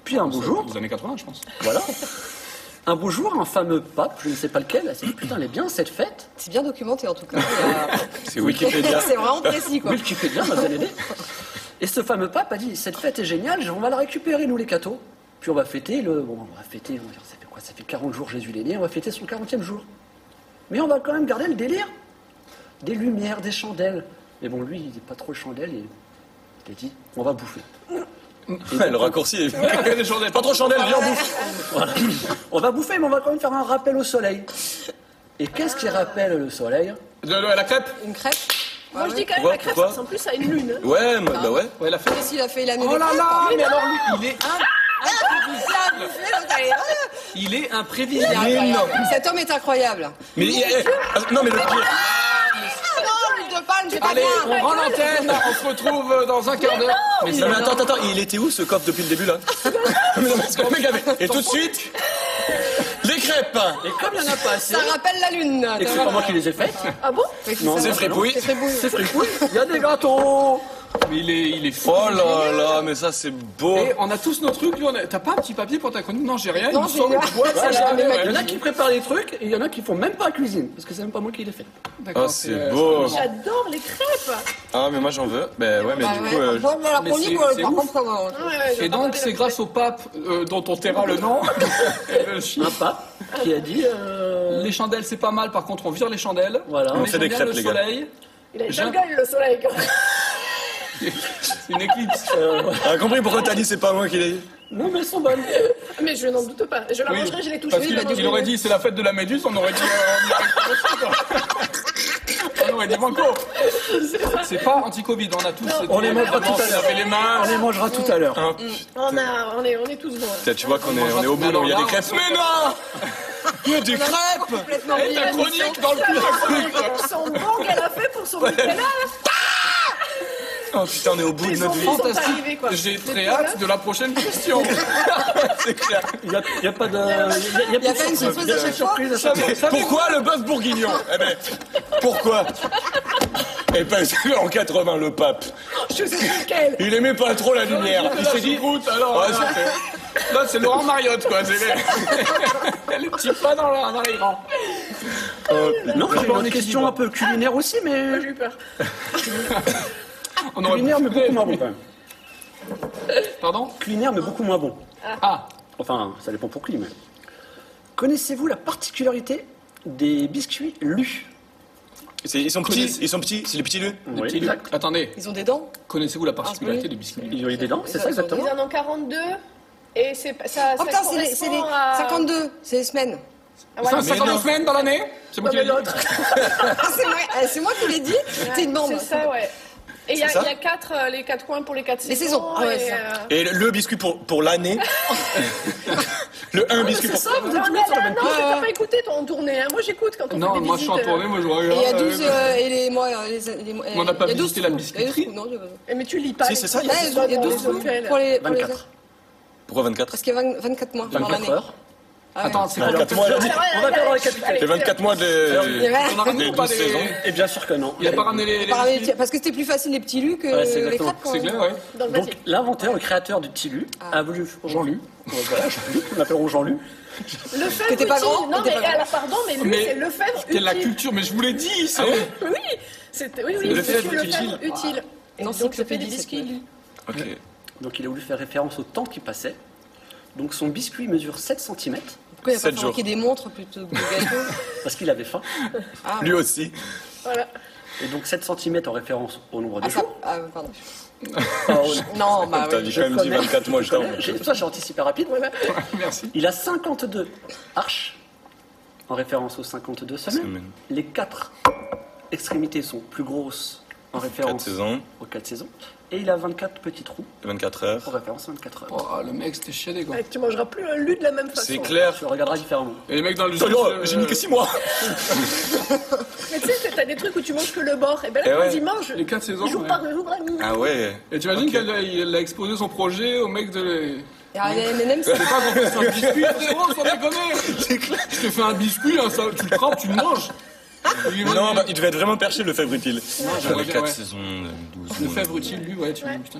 Puis un beau jour, Des années 80, je pense. *laughs* voilà, un beau jour, un fameux pape, je ne sais pas lequel, a dit putain, elle est bien cette fête. C'est bien documenté en tout *laughs* cas. Il y C'est a- Wikipédia. C'est vraiment précis quoi. Oui, tu fais bien, m'a bien aidé. Et ce fameux pape a dit cette fête est géniale, on va la récupérer nous les cathos. Puis on va fêter le, bon, on va fêter, on va dire, ça fait quoi Ça fait 40 jours Jésus est né, on va fêter son 40e jour. Mais on va quand même garder le délire. Des lumières, des chandelles. Mais bon, lui, il n'est pas trop chandelle, il, il a dit, on va bouffer. Le raccourci. est- Des chandelles. Pas trop chandelle, viens, on bouffe. On va bouffer, mais on va quand même faire un rappel au soleil. Et qu'est-ce qui rappelle le soleil De- de- la crêpe. Une crêpe Moi, je dis quand même, Pourquoi, la crêpe, pourquoi ça ressemble plus à une lune. Ouais, mais- bah ouais. Ouais, la fête. Qu'est-ce qu'il a fait Il a mis Oh des là crêpes là, hein. mais alors lui, il est, Imprévisible, il fait, l'autre, allez, ah, il est imprévisible. il est Mais non. incroyable. Cet homme est incroyable. Mais eh, ah, non, mais le pire. Ah non, l'huile de palme, c'est pas Allez, bien. on rend l'antenne, on se retrouve dans un quart d'heure. Mais Non, mais attends, attends, il était où ce coffre depuis le début là Mais non, parce que le mec avait- Et tout de suite, les crêpes. Et comme il n'y en a pas assez, Ça rappelle la lune. et que c'est pas moi qui les ai faites, Ah bon Non, C'est fripouille. c'est fripouille, il y a des gâteaux Mais il est, il est fou. Oh là là, mais ça c'est beau. Et on a tous nos trucs, lui, on a- t'as pas un petit papier pour ta chronique Non, j'ai rien, il Non, me j'ai semble. rien. Je vois, Ça, ouais, j'ai ouais, jamais ouais, Il y en a ouais. qui préparent des trucs et il y en a qui font même pas la cuisine parce que c'est même pas moi qui l'ai fait. D'accord, Ah, c'est euh, beau. J'adore les crêpes. Ah, mais moi j'en veux. Ben ouais, mais Ah du ouais. coup, euh, Bon, mais alors mais pour lui, c'est- pour le- c'est par ouf. contre, comment- Et donc, c'est grâce au pape euh, dont on taira le nom. *laughs* et le chiffre. Un pape qui a dit euh, Les chandelles, c'est pas mal, par contre, on vire les chandelles. Voilà. On fait chandelles, des crêpes, les le gars. soleil. Il a Jean- une gueule, le soleil. quand même. C'est une éclipse. t'as compris pourquoi t'as dit c'est pas moi qui l'ai dit non mais elles sont bonnes. *laughs* Mais je n'en doute pas. Ah, Je la Oui, mangerai, je l'ai touchée. Parce je qu'il la mangerai. il aurait dit c'est la fête de la méduse, on aurait dit. euh, on aurait dit banco. C'est pas anti-Covid, on a tous. cette- On les mangera tout à l'heure. On avait les mains. On les mangera tout à l'heure. On, a, on, est, on est tous bons. là. Tiens, Hein tu vois qu'on est, on est au bout, donc il y a des crêpes. Mais non Il y a des crêpes complètement Et ta chronique dans le cul. Son bon qu'elle a fait pour son Nutella, Oh putain, on est au bout de les notre vie. enfants sont arrivés quoi. J'ai très hâte de la prochaine question. C'est clair. Il n'y a, il y a pas de. Il y a- il y a Il y a plus pas de une surprise à chaque fois surprise à chaque fois. Pourquoi le bœuf bourguignon Eh ben, *laughs* pourquoi est passé en 80, le pape. Je sais lequel. Il aimait pas trop la lumière. Il s'est dit, route, alors. Ouais, là, ça fait- là, c'est Laurent Mariotte, quoi. C'est les... les petits pas dans la- dans les rangs. Non, j'ai une question un peu culinaire aussi, mais On aurait culinaire mais beaucoup moins bon quand même. Pardon Culinaire mais beaucoup moins bon. Ah, Enfin, ça dépend pour qui, mais. Connaissez-vous la particularité des biscuits lus C'est- Ils sont petits, ils sont petits, c'est les petits lus. les petits- Attendez, Ils ont des dents connaissez-vous la particularité des biscuits Ils ont des dents, c'est ça exactement Ils en ont 42 et c'est ça. Oh ça putain, c'est les, c'est les correspond euh, à- 52, c'est les semaines. *laughs* Ah, voilà. Ça, 50 semaines dans l'année C'est moi qui l'ai dit. Ah, c'est vrai, euh, c'est moi qui l'ai dit. C'est une bombe. C'est ça, ouais. Et il y a, ça il y a quatre, euh, les quatre coins pour les quatre euh, Les saisons, ah ouais, c'est ça. Et le- le biscuit pour, pour *laughs* l'année. le un biscuit pour. Non, non, non, t'as pas écouté ton en tournée. hein. Moi, j'écoute quand on fait Non, des moi je suis visites. euh, en tournée, moi je vois. Et il y a 12 euh, et les mois. euh, Les, les, mois- Mais on n'a pas il y a 12 visité la trous. biscuiterie. Il y a 12 trous, non, j'ai pas- euh, Mais tu lis pas. Si, les- c'est ça, il y a Ah, des il y a 12 dans trous les hôtels. pour les. Pour les 24. Pourquoi 24 parce qu'il y a 20 24 mois dans 24 l'année. heures. Ah, ouais. Attends, c'est quoi 24 mois, elle a dit. On va faire récapituler. Les 24 mois Il y de. avait- On a ramené Les ou pas 12 saisons. des. Et bien sûr que non. Il a pas ramené les. les Par les- biscuits Parce que c'était plus facile les petits lus que Ouais, c'est les exactement. crêpes. quand C'est même. clair, ouais. Dans le Donc bâtiment. l'inventeur, le créateur du petit lu, a voulu. *laughs* Jean-Lu. Ouais, Voilà, Jean-Lu, on l'appellerons Jean-Lu. Le fèvre Que t'es pas utile. grand, Non, que t'es mais pas grand. alors, pardon, mais lui, Mais c'est le fèvre Quelle la utile. culture, mais je vous l'ai dit, c'est. Oui, c'était oui, oui, Le c'est fèvre le utile. fèvre utile. Et Non, donc, c'est que ça fait des Wikipédie, biscuits. c'est lui. Ok. Donc il a voulu faire référence au temps qui passait. Donc son biscuit mesure 7 cm Pourquoi il n'y a Sept pas jours. fabriqué des montres plutôt que des gâteaux parce qu'il avait faim. Lui aussi. Voilà. Et donc 7 cm en référence au nombre de Ah, ça- jours. ah, pardon. Ah, ouais. Non, bah T'as oui. dit quand même dit connais. 24 mois, je t'en J'ai- Toi, j'ai anticipé rapide. ouais, ouais. *laughs* Merci. Il a 52 arches en référence aux 52 semaines. Semaines. Les 4 extrémités sont plus grosses en Quatre référence saisons, aux 4 saisons. Et il a 24 petits trous 24 en heures. référence aux 24 heures. Oh, le mec, c'était chiadé, quoi. Et tu mangeras plus un lu de la même façon. C'est clair. Tu le regarderas différemment. Et les mecs dans le Putain, zoo, gros, euh, J'ai mis que 6 mois. Mais tu sais, t'as des trucs où tu manges que le bord. Et ben Eh là, ouais. quand ils mangent, Les quatre saisons, ils jouent ouais. par ils jouent par- Ah ouais. euh, Et tu imagines Ok. qu'elle a- il a exposé son projet au mec de. les- Il y a les M&M's. C'est pas qu'on fait sur un biscuit, frérot, sans déconner C'est clair Je te fais un biscuit, hein, ça, tu le crampes, tu le manges Il- Non, bah, il devait être vraiment perché, le fèvre utile. j'aurais J'avais dit, 4 ouais. saisons, euh, 12 Le mois. fèvre utile, lui, ouais, tu putain.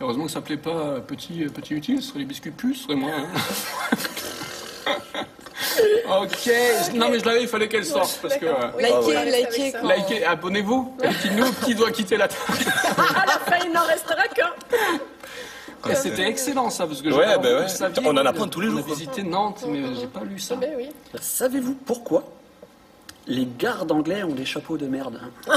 Heureusement que ça s'appelait pas euh, petit, euh, petit utile, ce serait les biscuits puces, ce serait moins. *laughs* hein. ok, je- non mais je l'avais, il fallait qu'elle sorte parce que. euh, Oui, Likez, on reste avec likez, ça. quoi. Likez, abonnez-vous, et dites-nous qui doit quitter la table. *laughs* Ah, À la fin, il n'en restera qu'un. Et C'était excellent ça, parce que Ouais, j'avais bah envie ouais. de savoir, On en apprend tous les on a jours, quoi. visité Nantes, mais j'ai pas lu ça. Ben oui. Savez-vous pourquoi les gardes anglais ont des chapeaux de merde hein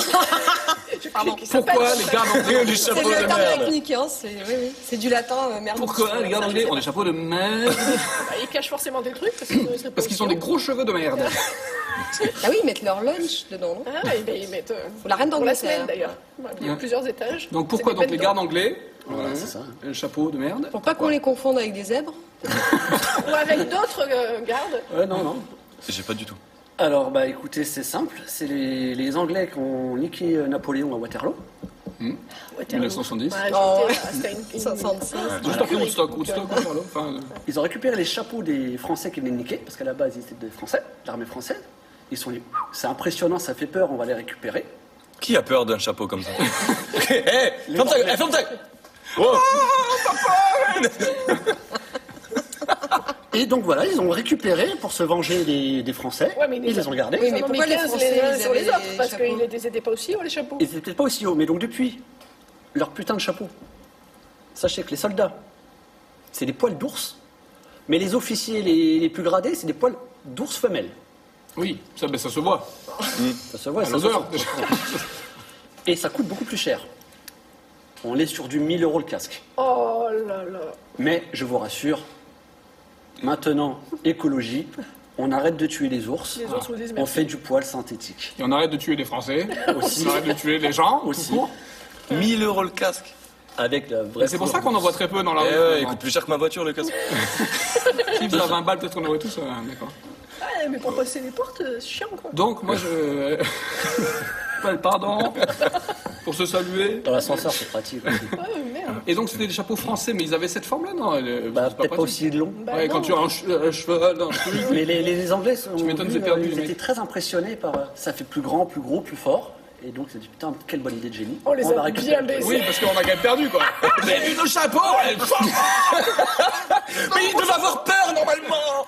Ah, Pourquoi les gardes anglais ont *laughs* des C'est chapeaux le de latin merde technique, hein. C'est oui, oui. C'est du latin euh, merde. Pourquoi les gardes anglais ont des chapeaux de merde Bah, Ils cachent forcément des trucs parce qu'ils seraient pas Parce qu'ils ont des aussi gros cheveux de merde. Ah oui, ils mettent leur lunch dedans, non hauts. Ah, et ben, ils mettent. euh, La reine Pour la d'Angleterre. semaine d'ailleurs. Il y a Ouais. plusieurs étages. Donc pourquoi donc les gardes anglais euh, chapeau de merde Pour pas qu'on les confonde avec des zèbres. Ou avec d'autres euh, gardes. Ouais, non, non. J'ai pas du tout. Alors, bah écoutez, c'est simple. C'est les, les Anglais qui ont niqué euh, Napoléon à Waterloo. Ouais, t'as 1970. raison. Ouais, Non. j'étais là, ah, c'était une- une- 65. Ah, Juste après Woodstock, Woodstock, Waterloo, enfin, euh, Ils ont récupéré les chapeaux des Français qui venaient de niquer, parce qu'à la base, ils étaient des Français, l'armée française. Ils sont dit, c'est impressionnant, ça fait peur, on va les récupérer. Qui a peur d'un chapeau *laughs* comme ça Hé, ferme ta gueule, eh, ferme ta gueule. Oh, Et donc voilà, ils ont récupéré pour se venger des, des Français. Ouais, mais ils ils les les ont- ont gardés. Oui, Ils mais en ont pourquoi mis les 15 Français, les uns ils sur les avaient autres des Parce qu'ils chapeaux ne les aidaient pas aussi, on les chapeaux. Ils étaient peut-être pas aussi hauts, mais donc depuis, leur putain de chapeau. Sachez que les soldats, c'est des poils d'ours, mais les officiers les, les plus gradés, c'est des poils d'ours femelles. Oui, ça, ben, ça se voit. Ça se voit, À ça se l'odeur, sent. déjà. Et ça coûte beaucoup plus cher. On est sur du 1000 euros le casque. Oh là là. Mais je vous rassure, maintenant, écologie, on arrête de tuer les ours, Les ours ou des on merdes. fait du poil synthétique. Et on arrête de tuer les Français, Aussi. on arrête de tuer les gens, Aussi. Bah, tout court. 1000 euros le casque. Avec la vraie. Et Ben, c'est pour ça qu'on en voit très peu dans la Eh rue. ouais, il finalement. coûte plus cher que ma voiture, le casque. Si vous avez 20 balles, peut-être qu'on aurait tous. un, D'accord. Ouais, mais pour passer les portes, euh, c'est chiant quoi. Donc, moi, je. *laughs* Pas pardon pour se saluer. Dans l'ascenseur, *laughs* c'est pratique. Bah, aussi. Ouais, merde. Et donc, c'était des chapeaux français, mais ils avaient cette forme-là, non elle- euh, bah, c'est peut-être pas, pratique. aussi long. Bah ouais, non. quand tu as un, che- euh, un cheval, *laughs* un truc. Mais les, les Anglais, sont m'étonnes, venus, j'ai perdu, ils mais- euh, étaient très impressionnés par euh, ça fait plus grand, plus gros, plus fort. Et donc, c'est dit putain, quelle bonne idée de génie. On Oh, les va a récupérer bien le truc. Oui, parce qu'on a quand même perdu, *laughs* quoi. J'ai vu nos chapeaux! elle- *laughs* Mais il devait avoir peur normalement!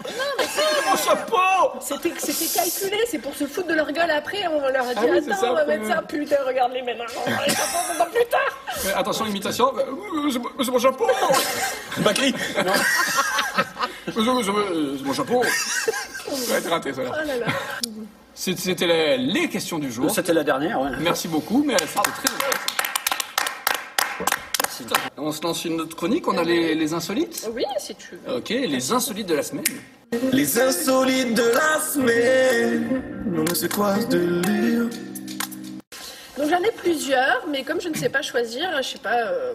Mon chapeau C'était c'était calculé, c'est pour se foutre de leur gueule après. On leur a dit Ah oui, c'est Attends, ça, on va faut- mettre ça, putain, regarde les maintenant. On va les faire plus tard. Mais Attention, *laughs* imitation. Euh, C'est mon- c'est mon chapeau Il m'a *laughs* crié. C'est mon- c'est euh, mon- c'est mon chapeau Ça va être raté, ça. là. Oh là là. C'est- C'était la- les questions du jour. C'était la dernière, ouais. Merci beaucoup, mais c'était très intéressant. On se lance une autre chronique, on a les, les insolites Oui, si tu veux. Ok, les insolites de la semaine. Les insolites de la semaine, on se croise de lire. Donc j'en ai plusieurs, mais comme je ne sais pas choisir, je sais pas, euh,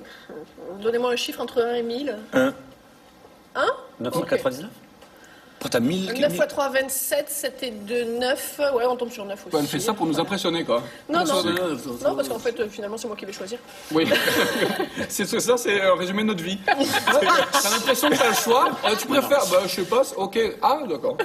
donnez-moi un chiffre entre 1 et 1000. Un. 1 999 Oh, t'as mille- 9 x 3, 27, 7 et 2, 9. Ouais, on tombe sur 9 aussi. Elle fait ça pour nous impressionner, quoi. Non, non. Non, non. parce qu'en fait, euh, finalement, c'est moi qui vais choisir. Oui, *laughs* c'est c'est ça, c'est euh, résumé de notre vie. T'as l'impression que t'as le choix. Euh, tu préfères, bah, je sais pas, c'est- ok, ah, d'accord.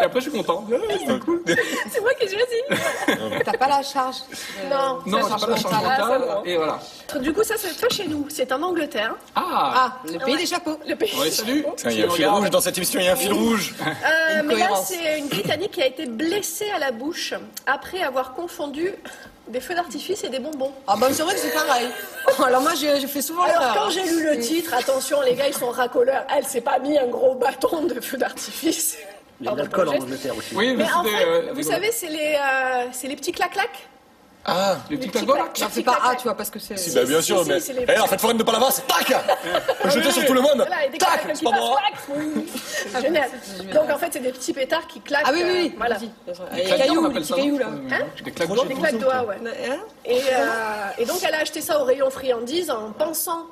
Et après, je suis content. Euh, c'est cool. C'est moi qui choisis T'as pas la charge. *laughs* Non. Non, j'ai pas Ah, la charge mentale. Et voilà. Du coup, ça, c'est pas chez nous, c'est en Angleterre. Ah, Ah, le pays des chapeaux. Le pays. Ouais, salut. Oh, Tiens, Ah, il y a un Si fil on regarde- rouge dans cette émission, il y a un fil rouge! Euh, Une mais là, cohérence. c'est une Britannique qui a été blessée à la bouche après avoir confondu des feux d'artifice et des bonbons. Ah. Ah bah c'est vrai que c'est pareil. *laughs* Alors moi j'ai j'ai fait souvent Alors l'erreur. hein. quand j'ai lu le titre, attention les gars, ils sont racoleurs. Elle s'est pas mis un gros bâton de feu d'artifice. Il y a de Pardon l'alcool pour en le geste. Angleterre aussi. Oui, Mais mais en c'était, fait, euh, vous des- savez, c'est les, euh, c'est les petits clac-clac. Ah! Les petits les petits claquements. Non, c'est pas ah, tu vois parce que c'est. Si, bah, bien *laughs* si, sûr, si, mais. c'est les- Eh, en fait, forêt de pas l'avoir, c'est tac! Faut jeter sur tout le monde! Voilà, et des Tac! clac C'est pas moi! Ah, C'est génial. Donc en fait, c'est des petits pétards qui claquent. Ah oui oui oui. euh, Voilà. Vas-y. Des Les claquements, on cailloux, les appelle petits ça, non cailloux là. Hein Des claquements. Des claques doigts, ouais. Hein Ah, Et, euh, et donc elle a acheté ça au rayon friandises en pensant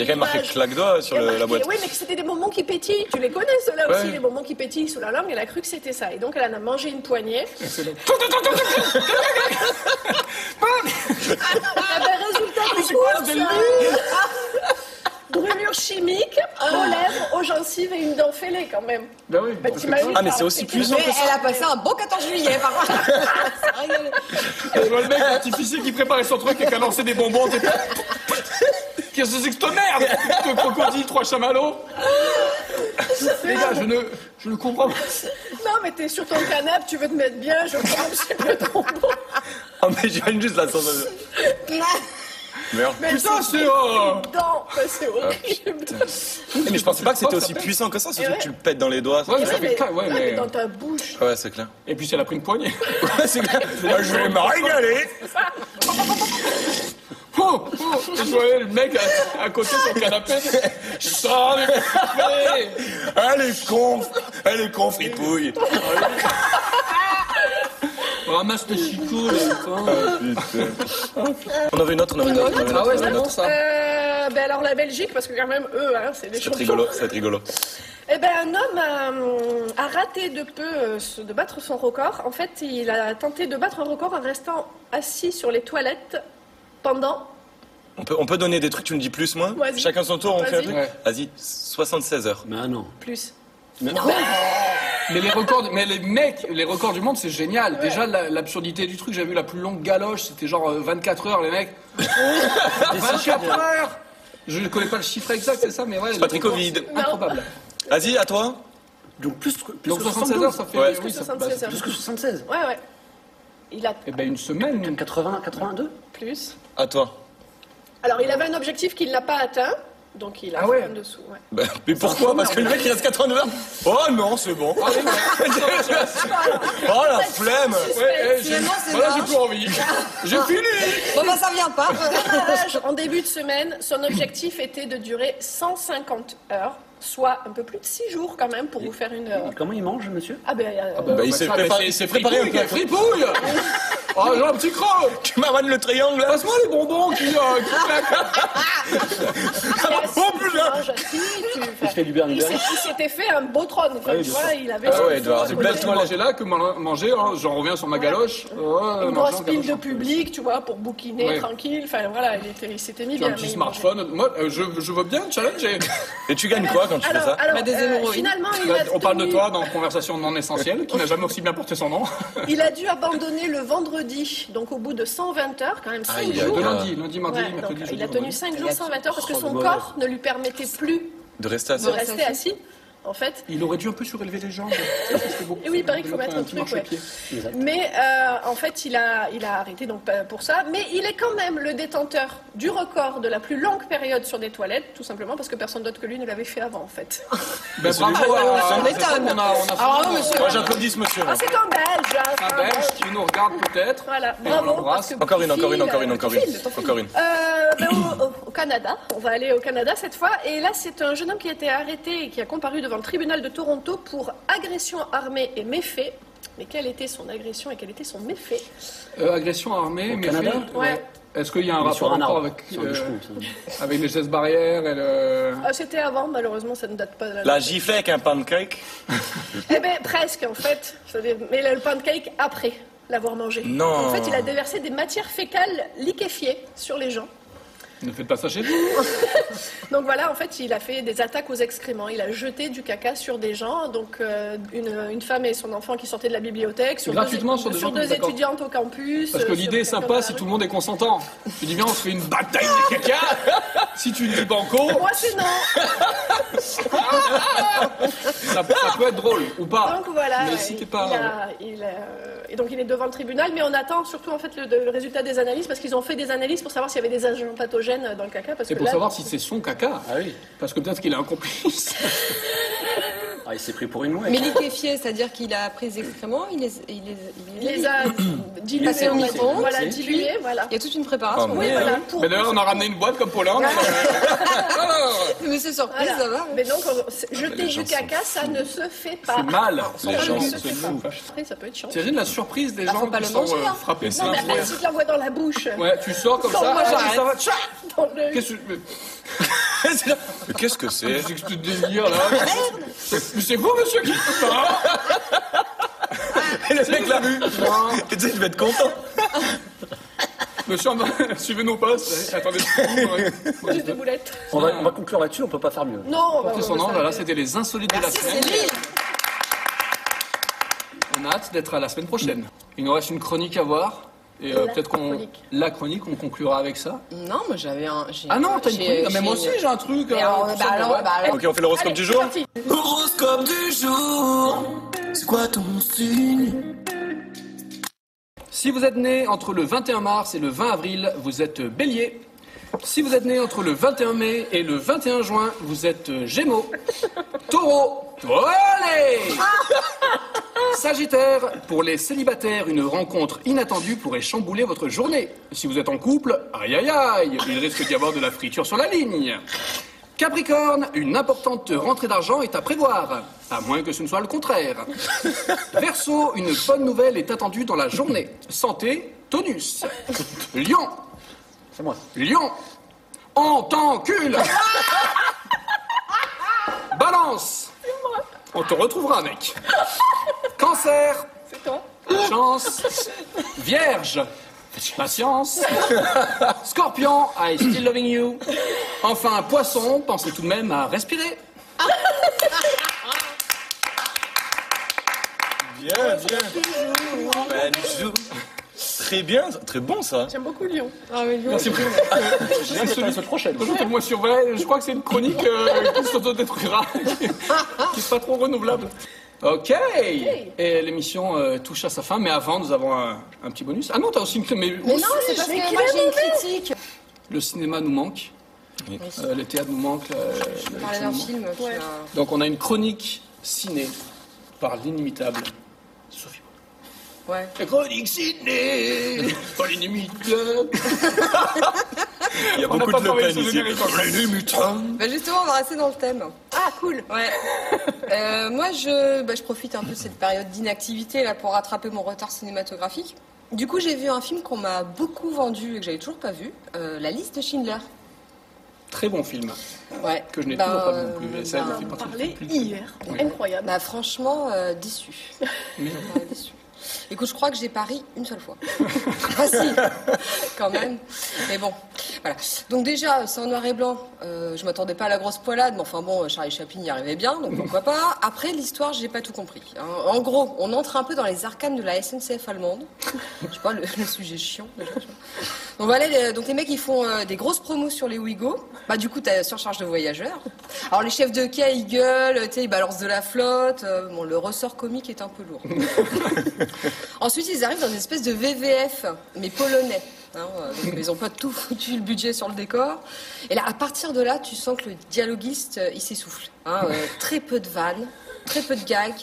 Il y a quand même marqué l'image- claque-doigts sur Il y le- a la marqué- boîte. Oui, mais que c'était des bonbons qui pétillent. Tu les connais ceux-là aussi, Ouais. les bonbons qui pétillent sous la langue. Elle a cru que c'était ça. Et donc elle en a mangé une poignée. Ah ben, résultat des courses, euh, brûlure chimique aux lèvres, aux gencives et une dent fêlée quand même. Bah oui. Bah, t'imagines Ah, Ah. mais par- c'est aussi c'est- puissant Mais que ça! elle a passé un bon 14 juillet par contre. Ça a rigolé. Je vois le mec artificier qui préparait son truc et qui a lancé des bonbons. t'es- *laughs* Qu'est-ce que c'est que cette merde Le crocodile, trois chamallows Les gars, je ne, je ne comprends *laughs* pas. Non, mais t'es sur ton canapé, tu veux te mettre bien, je pense que le bonbon. Ah, mais j'imagine juste la *laughs* sensation! Merde! Mais Putain, c'est c'est... euh, une dent, Ah, Enfin, c'est horrible. Eh, Mais je pensais pas que c'était Ça aussi pète. puissant que ça, ce Eh truc, ouais. tu le pètes dans les doigts. Ouais, Ah, mais ça Ouais, fait mais, claque, ouais, ouais, mais- mais dans ta bouche. Ouais, c'est clair. *laughs* Et puis, elle a pris une poignée. *laughs* Ouais, c'est *laughs* clair. Ah, Je vais me régaler! Oh, oh, je voyais le mec à, à côté sur le canapé. Putain, mais mais- Elle est conf! Elle est conf, fripouille! Ramasse tes chicots, là, putain. On en veut une autre, on en veut une autre. on en veut une autre, Ah ouais, on en veut c'est une bon, autre. ça. Euh, ben alors la Belgique, parce que quand même eux, hein, c'est des C'est champions. rigolo, c'est rigolo. Eh ben, un homme euh, a, raté de peu euh, ce- de battre son record. En fait, il a tenté de battre un record en restant assis sur les toilettes pendant. On peut, on peut donner des trucs, tu me dis plus, moins Vas-y. Chacun son tour, on fait un Vas-y. truc Ouais. Vas-y, 76 heures. Mais Bah, non. Plus. Mais les records, mais les mecs, les records du monde, c'est génial. Déjà, la- l'absurdité du truc, j'ai vu la plus longue galoche, c'était genre euh, 24 heures, les mecs. 24 heures Je ne connais pas le chiffre exact, c'est ça, mais ouais. Pas les très records, Covid. c'est Improbable. Vas-y, à toi Donc plus, plus Donc que 76 72. heures, ça fait. Ouais. Plus que oui, ça- 76 bah, heures. Plus que 76. Ouais, ouais. Il a Eh ben, une semaine. 80, 82 plus. À toi. Alors, il avait un objectif qu'il n'a pas atteint. Donc, il a Ah ouais. fait en dessous. ouais. Bah, mais pourquoi Parce que le mec, il reste 89 heures. Oh non, c'est bon. Ah, oui, ouais. *laughs* Oh la flemme Ouais, eh, j'ai- Finalement, c'est voilà, mort. j'ai plus envie. J'ai fini. Bon bah ça vient pas. Dommage, en début de semaine, son objectif était de durer 150 heures, soit un peu plus de 6 jours quand même, pour vous faire une. euh, Comment il mange, monsieur Ah ben, euh, Bah, il s'est ça, préparé- mais il s'est c'est préparé fripouille, un peu. Fripouille Oh, j'ai un petit croc Tu m'amènes le triangle là Passe-moi les bonbons qui, euh, Bah, qui claquent. Oh si, tu putain manges assis, tu- Il fait du Bernie Il s'est- il s'était fait un beau trône. quoi, tu vois, il avait Ah son ouais, il doit four à avoir- C'est côté, bien ce manger Bah, là que man- manger. hein. J'en reviens sur ma galoche. Ouais, une manger en grosse pile galoche. de public, tu vois, pour bouquiner Ouais. tranquille. Enfin voilà, il, était- il s'était mis Tu as bien. un petit mais il smartphone. Moi, euh, je, je veux bien challenger. Et tu gagnes quoi quand tu fais Alors, ça *laughs* alors, Bah, des euh, hémorroïdes. finalement, il Là, a, on parle de tenu- toi dans Conversation non essentielle, qui n'a jamais aussi bien porté son *laughs* nom. il a dû abandonner le vendredi, donc au bout de 120 heures, quand même 5 Aïe, aïe, jours. De aïe. lundi, lundi, mardi, Ouais, donc, mercredi, jeudi. il a tenu vendredi. 5 jours 120 heures parce que Oh, bah. son le corps ne lui permettait plus De rester Bah, assis. de rester assis. En fait, Il aurait dû un peu surélever les *laughs* jambes. Ça, ça se fait beaucoup. Et oui, il paraît qu'il faut Développer mettre un petit truc, marchepied. Mais euh, en fait, il a, il a arrêté donc pas pour ça. Mais il est quand même le détenteur du record de la plus longue période sur des toilettes, tout simplement parce que personne d'autre que lui ne l'avait fait avant, en fait. Ben, celui- bravo, Ah, euh, on on a- étonne. on a- Alors, non, monsieur. Moi, j'applaudis ce monsieur. Ah, c'est un Belge hein, c'est Un un Belge Belge. qui nous regarde peut-être. Voilà, Et on bravo. l'embrasse. parce que Encore une, petit encore une, fil, encore une, euh, encore petit une. fil, ton Encore une. Euh, ben, au, au- au Canada, on va aller au Canada cette fois. Et là, c'est un jeune homme qui a été arrêté et qui a comparu devant le tribunal de Toronto pour agression armée et méfait. Mais quelle était son agression et quel était son méfait Euh, agression armée, Au mais Canada fait- Ouais. Est-ce qu'il y a un Mais rapport sur un encore arbre, avec, sur un euh, bûcheron, ça. avec les gestes barrières et le... Ah, C'était avant, malheureusement, ça ne date pas de la La giflée avec un pancake Eh bien, presque, en fait. C'est-à-dire- Mais le pancake après l'avoir mangé. Non. En fait, il a déversé des matières fécales liquéfiées sur les gens. Ne faites pas ça chez vous. Donc voilà, en fait, il a fait des attaques aux excréments. Il a jeté du caca sur des gens. Donc, euh, une, une femme et son enfant qui sortaient de la bibliothèque. Sur Gratuitement deux, sur des gens, deux d'accord. étudiantes au campus. Parce que euh, l'idée est sur quelqu'un sympa dans la si rue. tout le monde est consentant. Tu dis bien, on se fait une bataille de caca. Si tu dis banco, Moi, c'est non. ça, ça peut être drôle ou pas. Donc voilà. Mais si t'es pas. il a- il a- et donc, il est devant le tribunal. Mais on attend surtout, en fait, le, le résultat des analyses. Parce qu'ils ont fait des analyses pour savoir s'il y avait des agents pathogènes dans le caca. Parce C'est que pour là, savoir si c'est son caca. Ah oui. Parce que peut-être qu'il a un complice. Ah, il s'est pris pour une mouette. Mais liquéfié, c'est-à-dire qu'il a pris les excréments, il les, il les, il Il *coughs* les a dilués Passé au au micro-ondes, Voilà, c'est- dilués, voilà. Il y a toute une préparation. Ah, Oui, Ouais, voilà. Pour... Mais d'ailleurs, on a ramené une boîte comme Pologne. Mais c'est surprise, voilà. ça va. Mais donc, on- c'est- les jeter gens du caca, ça ne se fait pas. C'est mal. Ça Les ne gens se se fait pas. foutent. Après, ça peut être chiant. T'imagines la surprise des Ah, gens faut pas qui le sont manger, euh, hein. frappés. Non, mais après, si tu l'envoies dans la bouche, Ouais, tu sors comme Non, ça. moi, Ah, j'arrête. ça va. Tcha dans le- Qu'est-ce que mais C'est là, *laughs* Mais qu'est-ce que c'est qu'est-ce que tu te délires là Mais c'est vous, monsieur, qui Ah, *laughs* Le mec l'a vu. non. Tu sais, je vais être content. Monsieur, en bas, suivez nos postes. Attendez, juste des boulettes. On va, on va conclure là-dessus, on peut pas faire mieux. Non, bah, on va- on Portez son va ange, là, s'arrêter. c'était les insolites de la semaine. On a hâte d'être à la semaine prochaine. Il nous reste une chronique à voir. Et euh, La peut-être qu'on. chronique. La chronique, on conclura avec ça. Non, moi j'avais un. j'ai- Ah non, t'as une j'ai- chronique. Ah, j'ai mais moi une- aussi, j'ai un truc. Mais euh, alors, tout bah ça, alors, ouais. bah alors. Ah, Ok, on fait l'horoscope Allez, du jour c'est parti. Horoscope du jour. C'est quoi ton signe Si vous êtes né entre le 21 mars et le 20 avril, vous êtes bélier. Si vous êtes né entre le 21 mai et le 21 juin, vous êtes *laughs* euh, gémeaux. Taureau. Olé Sagittaire, pour les célibataires, une rencontre inattendue pourrait chambouler votre journée. Si vous êtes en couple, aïe aïe aïe, il risque d'y avoir de la friture sur la ligne. Capricorne, une importante rentrée d'argent est à prévoir, à moins que ce ne soit le contraire. Verseau, une bonne nouvelle est attendue dans la journée. Santé, tonus. Lion, C'est moi. lion, en t'encule Balance On te retrouvera, mec. Cancer, C'est toi. chance. Vierge, patience. Scorpion, I still loving you. Enfin, poisson, pensez tout de même à respirer. Bien, bien. Belle joue. Très bien, très bon ça. J'aime beaucoup Lyon. Ah, mais non. Merci beaucoup. C'est celui prochaine. Moi, sur vrai, je crois que c'est une chronique euh, qui s'autodétruira, *laughs* qui n'est pas trop renouvelable. Ok. Et l'émission euh, touche à sa fin, mais avant, nous avons un, un petit bonus. Ah non, t'as aussi une. Mais, Mais non, c'est parce que moi j'ai une critique. le cinéma nous manque, euh, le théâtre nous manque. euh, le Parler d'un film nous manque. film. qui a- Donc, on a une chronique ciné par l'inimitable Sophie. Ouais. La chronique ciné par l'inimitable. Il y a On n'a beaucoup pas de Le travaillé Pen sur le ici. générique encore. Les mutants. Bah justement, on va rester dans le thème. Ah, cool. *laughs* Ouais. Euh, moi, je, bah, je profite un peu de cette période d'inactivité là pour rattraper mon retard cinématographique. Du coup, j'ai vu un film qu'on m'a beaucoup vendu et que j'avais toujours pas vu, euh, La liste de Schindler. Très bon film. *laughs* Ouais. Que je n'ai Bah, toujours pas vu non plus, mais ça, bah, il fait On partie des parlait plus- hier. Incroyable. bah, franchement, euh, déçu. *laughs* Euh, déçu. *laughs* *laughs* Écoute, je crois que j'ai pari une seule fois. ah si, quand même. Mais bon. Voilà. Donc déjà, c'est en noir et blanc. Euh, je m'attendais pas à la grosse poilade, mais enfin bon, Charlie Chaplin y arrivait bien, donc pourquoi pas. Après, l'histoire, j'ai pas tout compris. hein. En gros, on entre un peu dans les arcanes de la SNCF allemande. Je sais pas, le, le sujet chiant. déjà, tu vois. Donc voilà, les, donc les mecs, ils font euh, des grosses promos sur les Ouigo. Bah du coup, t'as surcharge de voyageurs. Alors les chefs de quai, ils gueulent, tu sais, ils balancent de la flotte. Euh, bon, le ressort comique est un peu lourd. Ensuite, ils arrivent dans une espèce de VVF, mais polonais. hein, euh, donc ils n'ont pas tout foutu le budget sur le décor. Et là, à partir de là, tu sens que le dialoguiste, euh, il s'essouffle. hein, euh, très peu de vannes, très peu de gags.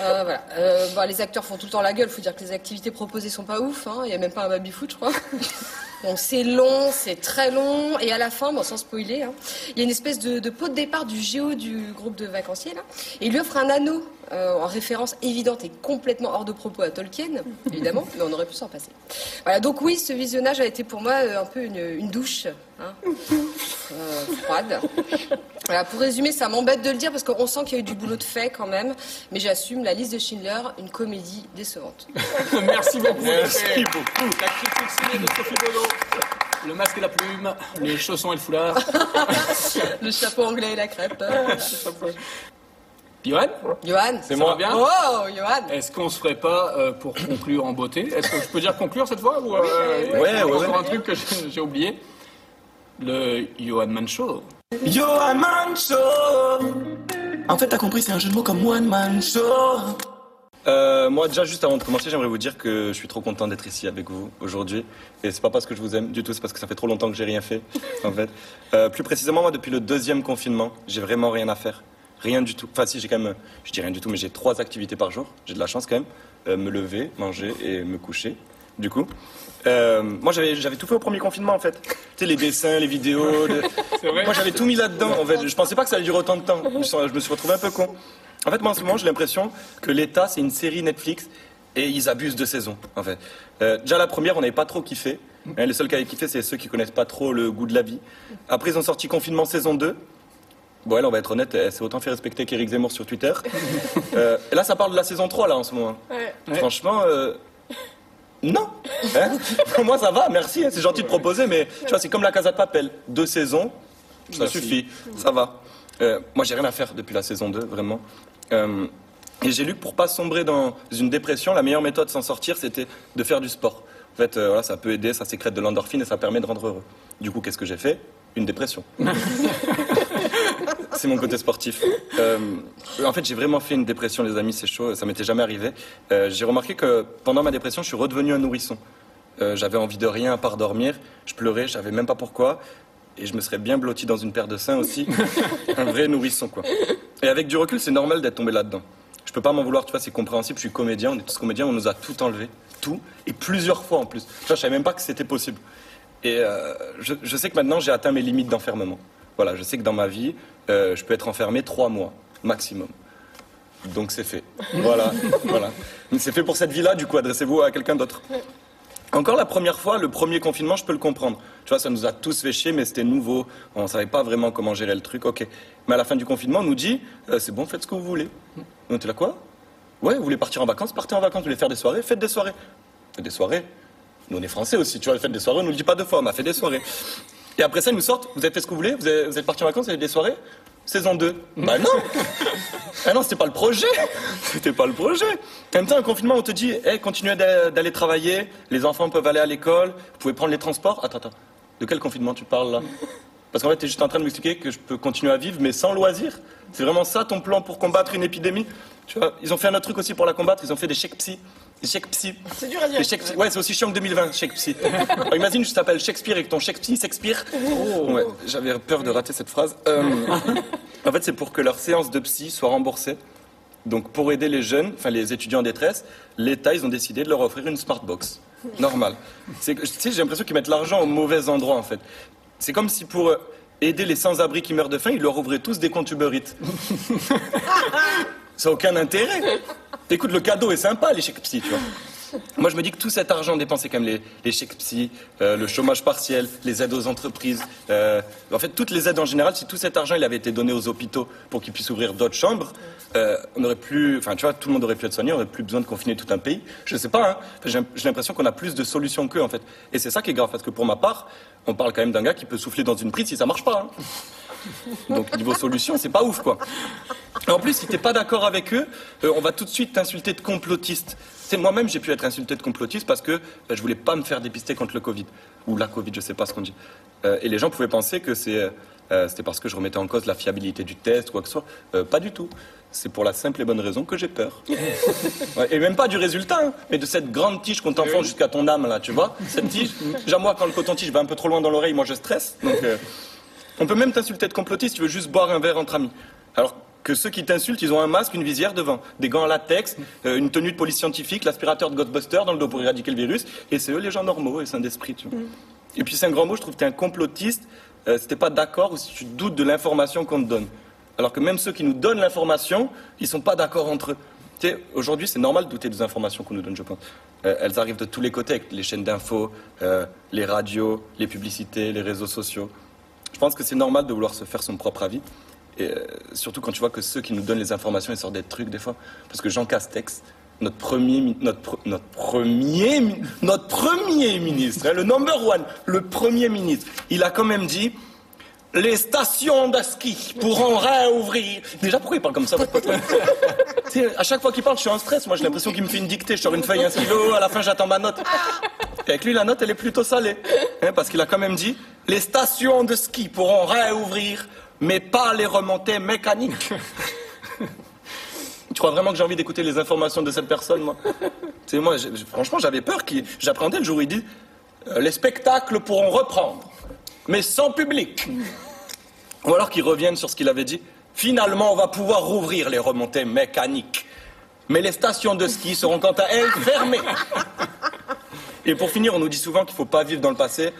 Euh, voilà. Euh, bah, les acteurs font tout le temps la gueule. faut dire que les activités proposées sont pas ouf. hein, Il n'y a même pas un baby-foot, je crois. Donc c'est long, c'est très long, et à la fin, bon, sans spoiler, hein, il y a une espèce de, de pot de départ du géo du groupe de vacanciers, là, et il lui offre un anneau, euh, en référence évidente et complètement hors de propos à Tolkien, évidemment, mais on aurait pu s'en passer. Voilà, donc oui, ce visionnage a été pour moi euh, un peu une, une douche hein, euh, froide. Voilà, pour résumer, ça m'embête de le dire, parce qu'on sent qu'il y a eu du boulot de fait quand même, mais j'assume la liste de Schindler, une comédie décevante. Merci beaucoup. Merci beaucoup. La critique ciné de Sophie Bono. Le masque et la plume, les chaussons et le foulard. Le chapeau anglais et la crêpe. Johan, Johan C'est moi. va bien Oh, Johan est-ce qu'on se ferait pas euh, pour conclure en beauté Est-ce que je peux dire conclure cette fois ou, euh, il y a ouais, encore ouais. un truc que j'ai j'ai oublié Le Johan Mancho. Yo, One Man Show En fait, t'as compris, c'est un jeu de mots comme One Man Show. Euh, moi, déjà, juste avant de commencer, j'aimerais vous dire que je suis trop content d'être ici avec vous aujourd'hui. Et c'est pas parce que je vous aime du tout, c'est parce que ça fait trop longtemps que j'ai rien fait, en fait. Euh, plus précisément, moi, depuis le deuxième confinement, j'ai vraiment rien à faire. Rien du tout. Enfin, si, j'ai quand même, je dis rien du tout, mais j'ai trois activités par jour. J'ai de la chance quand même. Euh, me lever, manger et me coucher, du coup. Euh, moi, j'avais j'avais tout fait au premier confinement, en fait. Tu sais, les dessins, les vidéos. le- vrai. Moi, j'avais tout mis là-dedans, en fait. Je pensais pas que ça allait durer autant de temps. Je sens- je me suis retrouvé un peu con. En fait, moi, en ce moment, j'ai l'impression que l'État, c'est une série Netflix et ils abusent de saison, en fait. Euh, déjà, la première, on n'avait pas trop kiffé. Hein, les seuls qui avaient kiffé, c'est ceux qui connaissent pas trop le goût de la vie. Après, ils ont sorti Confinement saison 2. Bon, elle, on va être honnête, elle s'est autant fait respecter qu'Éric Zemmour sur Twitter. Euh, et là, ça parle de la saison 3, là, en ce moment. Franchement, euh, non. Hein *laughs* Pour Moi, ça va, merci. hein, C'est gentil de proposer, mais tu vois, c'est comme la Casa de Papel. Deux saisons, ça suffit, ça va. Euh, moi, j'ai rien à faire depuis la saison 2, vraiment. Euh, et j'ai lu que pour pas sombrer dans une dépression, la meilleure méthode de s'en sortir, c'était de faire du sport. En fait, euh, voilà, ça peut aider, ça sécrète de l'endorphine et ça permet de rendre heureux. Du coup, qu'est-ce que j'ai fait Une dépression. C'est mon côté sportif. Euh, en fait, j'ai vraiment fait une dépression, les amis, c'est chaud, ça m'était jamais arrivé. Euh, j'ai remarqué que pendant ma dépression, je suis redevenu un nourrisson. Euh, j'avais envie de rien à part dormir, je pleurais, je savais même pas pourquoi, et je me serais bien blotti dans une paire de seins aussi. un vrai nourrisson, quoi. Et avec du recul, c'est normal d'être tombé là-dedans. Je peux pas m'en vouloir, tu vois, c'est compréhensible, je suis comédien, on est tous comédiens, on nous a tout enlevé, tout, et plusieurs fois en plus. Tu vois, je savais même pas que c'était possible. Et euh, je, je sais que maintenant, j'ai atteint mes limites d'enfermement. Voilà, je sais que dans ma vie, euh, je peux être enfermé trois mois, maximum. Donc c'est fait. Voilà, *laughs* voilà. Mais C'est fait pour cette vie-là, du coup, adressez-vous à quelqu'un d'autre. Encore la première fois, le premier confinement, je peux le comprendre. Tu vois, ça nous a tous fait chier, mais c'était nouveau. On ne savait pas vraiment comment gérer le truc, ok. Mais à la fin du confinement, on nous dit, euh, c'est bon, faites ce que vous voulez. On était là, quoi Ouais, vous voulez partir en vacances, partez en vacances. Vous voulez faire des soirées, faites des soirées. Faites des soirées Nous, on est français aussi, tu vois, faites des soirées, on nous le dit pas deux fois, on a fait des soirées. Et après ça, ils nous sortent, vous avez fait ce que vous voulez, vous, avez- vous êtes parti en vacances, vous avez fait des soirées Saison 2. Bah non Ah non, c'était pas le projet *laughs* C'était pas le projet En même temps, un confinement, on te dit, Eh, continuez d'a- d'aller travailler, les enfants peuvent aller à l'école, vous pouvez prendre les transports. Attends, attends, de quel confinement tu parles là Parce qu'en fait, t'es juste en train de m'expliquer que je peux continuer à vivre, mais sans loisirs. C'est vraiment ça ton plan pour combattre une épidémie Tu vois, ils ont fait un autre truc aussi pour la combattre, ils ont fait des chèques psy. Des chèques psy. C'est dur à dire. Les Shakespeare- Ouais, c'est aussi chiant que 2020, Shakespeare. Alors, imagine, je t'appelle Shakespeare et que ton Shakespeare s'expire. Oh. Ouais, j'avais peur de rater cette phrase. Euh, en fait, c'est pour que leur séance de psy soit remboursée. Donc, pour aider les jeunes, enfin les étudiants en détresse, l'État, ils ont décidé de leur offrir une smartbox. Normal. C'est que- Tu sais, j'ai l'impression qu'ils mettent l'argent au mauvais endroit, en fait. C'est comme si pour euh, aider les sans-abri qui meurent de faim, ils leur ouvraient tous des comptes Uber Eats. Ça n'a aucun intérêt. Écoute, le cadeau est sympa, les chèques psy, tu vois. Moi, je me dis que tout cet argent dépensé, comme les, les chèques psy, euh, le chômage partiel, les aides aux entreprises, euh, en fait, toutes les aides en général, si tout cet argent il avait été donné aux hôpitaux pour qu'ils puissent ouvrir d'autres chambres, euh, on aurait plus, enfin, tu vois, tout le monde aurait pu être soigné, on aurait plus besoin de confiner tout un pays. Je sais pas, hein. Enfin, j'ai j'ai l'impression qu'on a plus de solutions qu'eux, en fait. Et c'est ça qui est grave, parce que pour ma part, on parle quand même d'un gars qui peut souffler dans une prise si ça marche pas. hein. Donc niveau solution, c'est pas ouf quoi. Et en plus, si t'es pas d'accord avec eux, euh, on va tout de suite t'insulter de complotiste. C'est moi-même j'ai pu être insulté de complotiste parce que euh, je voulais pas me faire dépister contre le Covid ou la Covid, je sais pas ce qu'on dit. Euh, et les gens pouvaient penser que c'est euh, euh, c'était parce que je remettais en cause la fiabilité du test ou quoi que ce soit. Euh, pas du tout. C'est pour la simple et bonne raison que j'ai peur. Ouais, et même pas du résultat, hein, mais de cette grande tige qu'on t'enfonce jusqu'à ton âme, là, tu vois. Cette tige, déjà moi, quand le coton-tige va un peu trop loin dans l'oreille, moi je stresse. Donc, euh, on peut même t'insulter de complotiste, tu veux juste boire un verre entre amis. Alors que ceux qui t'insultent, ils ont un masque, une visière devant, des gants à latex, euh, une tenue de police scientifique, l'aspirateur de Ghostbuster dans le dos pour éradiquer le virus, et c'est eux les gens normaux et sains d'esprit, tu vois. Et puis c'est un grand mot, je trouve que t'es un complotiste euh, si t'es pas d'accord ou si tu doutes de l'information qu'on te donne. Alors que même ceux qui nous donnent l'information, ils sont pas d'accord entre eux. Tu sais, aujourd'hui, c'est normal de douter des informations qu'on nous donne, je pense. Euh, elles arrivent de tous les côtés, avec les chaînes d'infos, euh, les radios, les publicités, les réseaux sociaux. Je pense que c'est normal de vouloir se faire son propre avis. Et euh, surtout quand tu vois que ceux qui nous donnent les informations, ils sortent des trucs des fois. Parce que Jean Castex, notre premier, mi- notre, pre- notre premier, mi- notre premier ministre, hein, le number one, le premier ministre, il a quand même dit les stations de ski pourront réouvrir. Déjà, pourquoi il parle comme ça, votre pote Tu sais, À chaque fois qu'il parle, je suis en stress. Moi, j'ai l'impression qu'il me fait une dictée. Je sors une feuille, un stylo. À la fin, j'attends ma note. Et avec lui, la note, elle est plutôt salée. Hein, parce qu'il a quand même dit les stations de ski pourront réouvrir, mais pas les remontées mécaniques. Tu crois vraiment que j'ai envie d'écouter les informations de cette personne, moi Tu sais, moi, j'ai- j'ai- franchement, j'avais peur qu'il. J'appréhendais le jour où il dit euh, les spectacles pourront reprendre, mais sans public. Ou alors qu'il revienne sur ce qu'il avait dit. Finalement, on va pouvoir rouvrir les remontées mécaniques. Mais les stations de ski seront quant à elles fermées. Et pour finir, on nous dit souvent qu'il ne faut pas vivre dans le passé.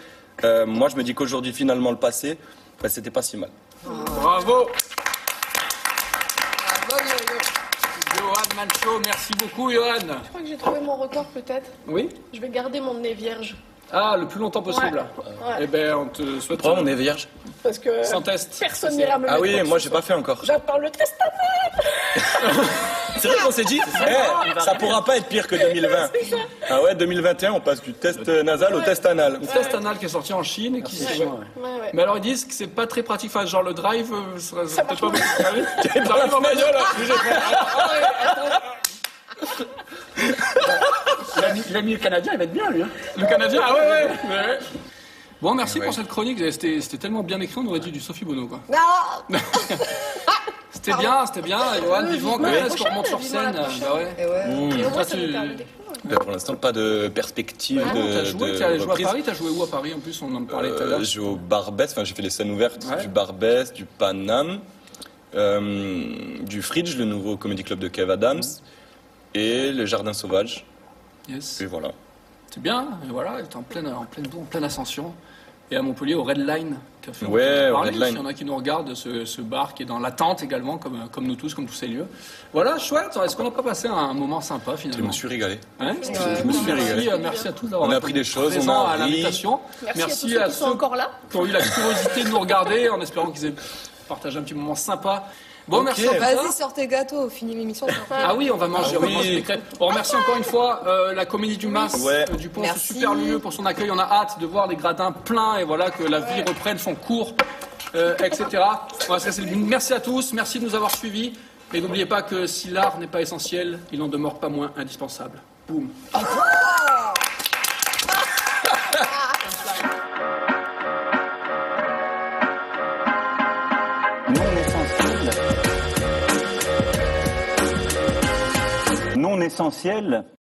Euh, moi, je me dis qu'aujourd'hui, finalement, le passé, ben, c'était pas si mal. Bravo Ah, bon, bon, bon. Johan Mancho, merci beaucoup Johan. Je crois que j'ai trouvé mon record peut-être. Oui Je vais garder mon nez vierge. Ah, le plus longtemps possible. Ouais. Eh ben, on te souhaite Pourquoi on est vierge Parce que sans test. personne n'ira me Ah oui, mettre moi, j'ai pas fait encore. J'attends le testament. C'est vrai qu'on s'est dit, eh, ça pourra pas être pire que 2020. Ah ouais, 2021, on passe du test euh, nasal au test anal. Le test anal qui est sorti en Chine et qui C'est chiant, ouais. Ouais, ouais. Mais alors ils disent que c'est pas très pratique, enfin, genre le drive, euh, ça, ça peut-être pas marche beaucoup. Dans la J'arrive en fenêtre, bagnole. là. L'ami l'ami canadien, il va être bien, lui. hein. Le Canadien, ah ouais, ouais. ouais. Bon, merci pour cette chronique, c'était c'était tellement bien écrit, on aurait dit du Sophie Bono, quoi. Non *laughs* C'était bien, c'était bien, Johan, vivement, quand la est-ce qu'on prochaine, remonte sur vivement scène la prochaine. Bah ouais. Et ouais. Et au moins, Toi, ça nous tu- permet d'écrire. Ben, Pour l'instant, pas de perspective Ah non, t'as de, joué, de t'as joué reprise. à Paris, t'as joué où à Paris en plus On en parlait tout à Euh, l'heure. je joue au Barbès, enfin j'ai fait les scènes ouvertes Ouais. du Barbès, du Paname, euh, du Fridge, le nouveau comédie club de Kev Adams, et le Jardin Sauvage. Yes. Et voilà. C'est bien, et voilà, t'es en pleine, en, pleine, en pleine ascension. Et à Montpellier, au Red Line Café. on Ouais, peut en au parler, Red Line. S'il y en a qui nous regardent, ce, ce bar qui est dans l'attente également, comme, comme nous tous, comme tous ces lieux. Voilà, chouette. Est-ce qu'on n'a pas passé un moment sympa Je finalement me suis régalé. Hein Je me suis merci, régalé. euh, merci à tous d'avoir On été a appris des choses, on présents a à ri. l'invitation. Merci, à tous ceux qui sont encore là. qui ont eu la curiosité de nous regarder en espérant qu'ils aient partagé un petit moment sympa. Bon, merci. à tous. Vas-y, sortez gâteau, finis l'émission. Ah oui, on va manger, Ah on va oui. manger des crêpes. On remercie encore une fois euh, la comédie du Mas Ouais. euh, du Pont, ce Merci. super lieu pour son accueil. On a hâte de voir les gradins pleins et voilà que la vie reprenne son cours, euh, etc. On va se laisser- Merci à tous, merci de nous avoir suivis. Et n'oubliez pas que si l'art n'est pas essentiel, il n'en demeure pas moins indispensable. Boum. non essentiel, non essentiel.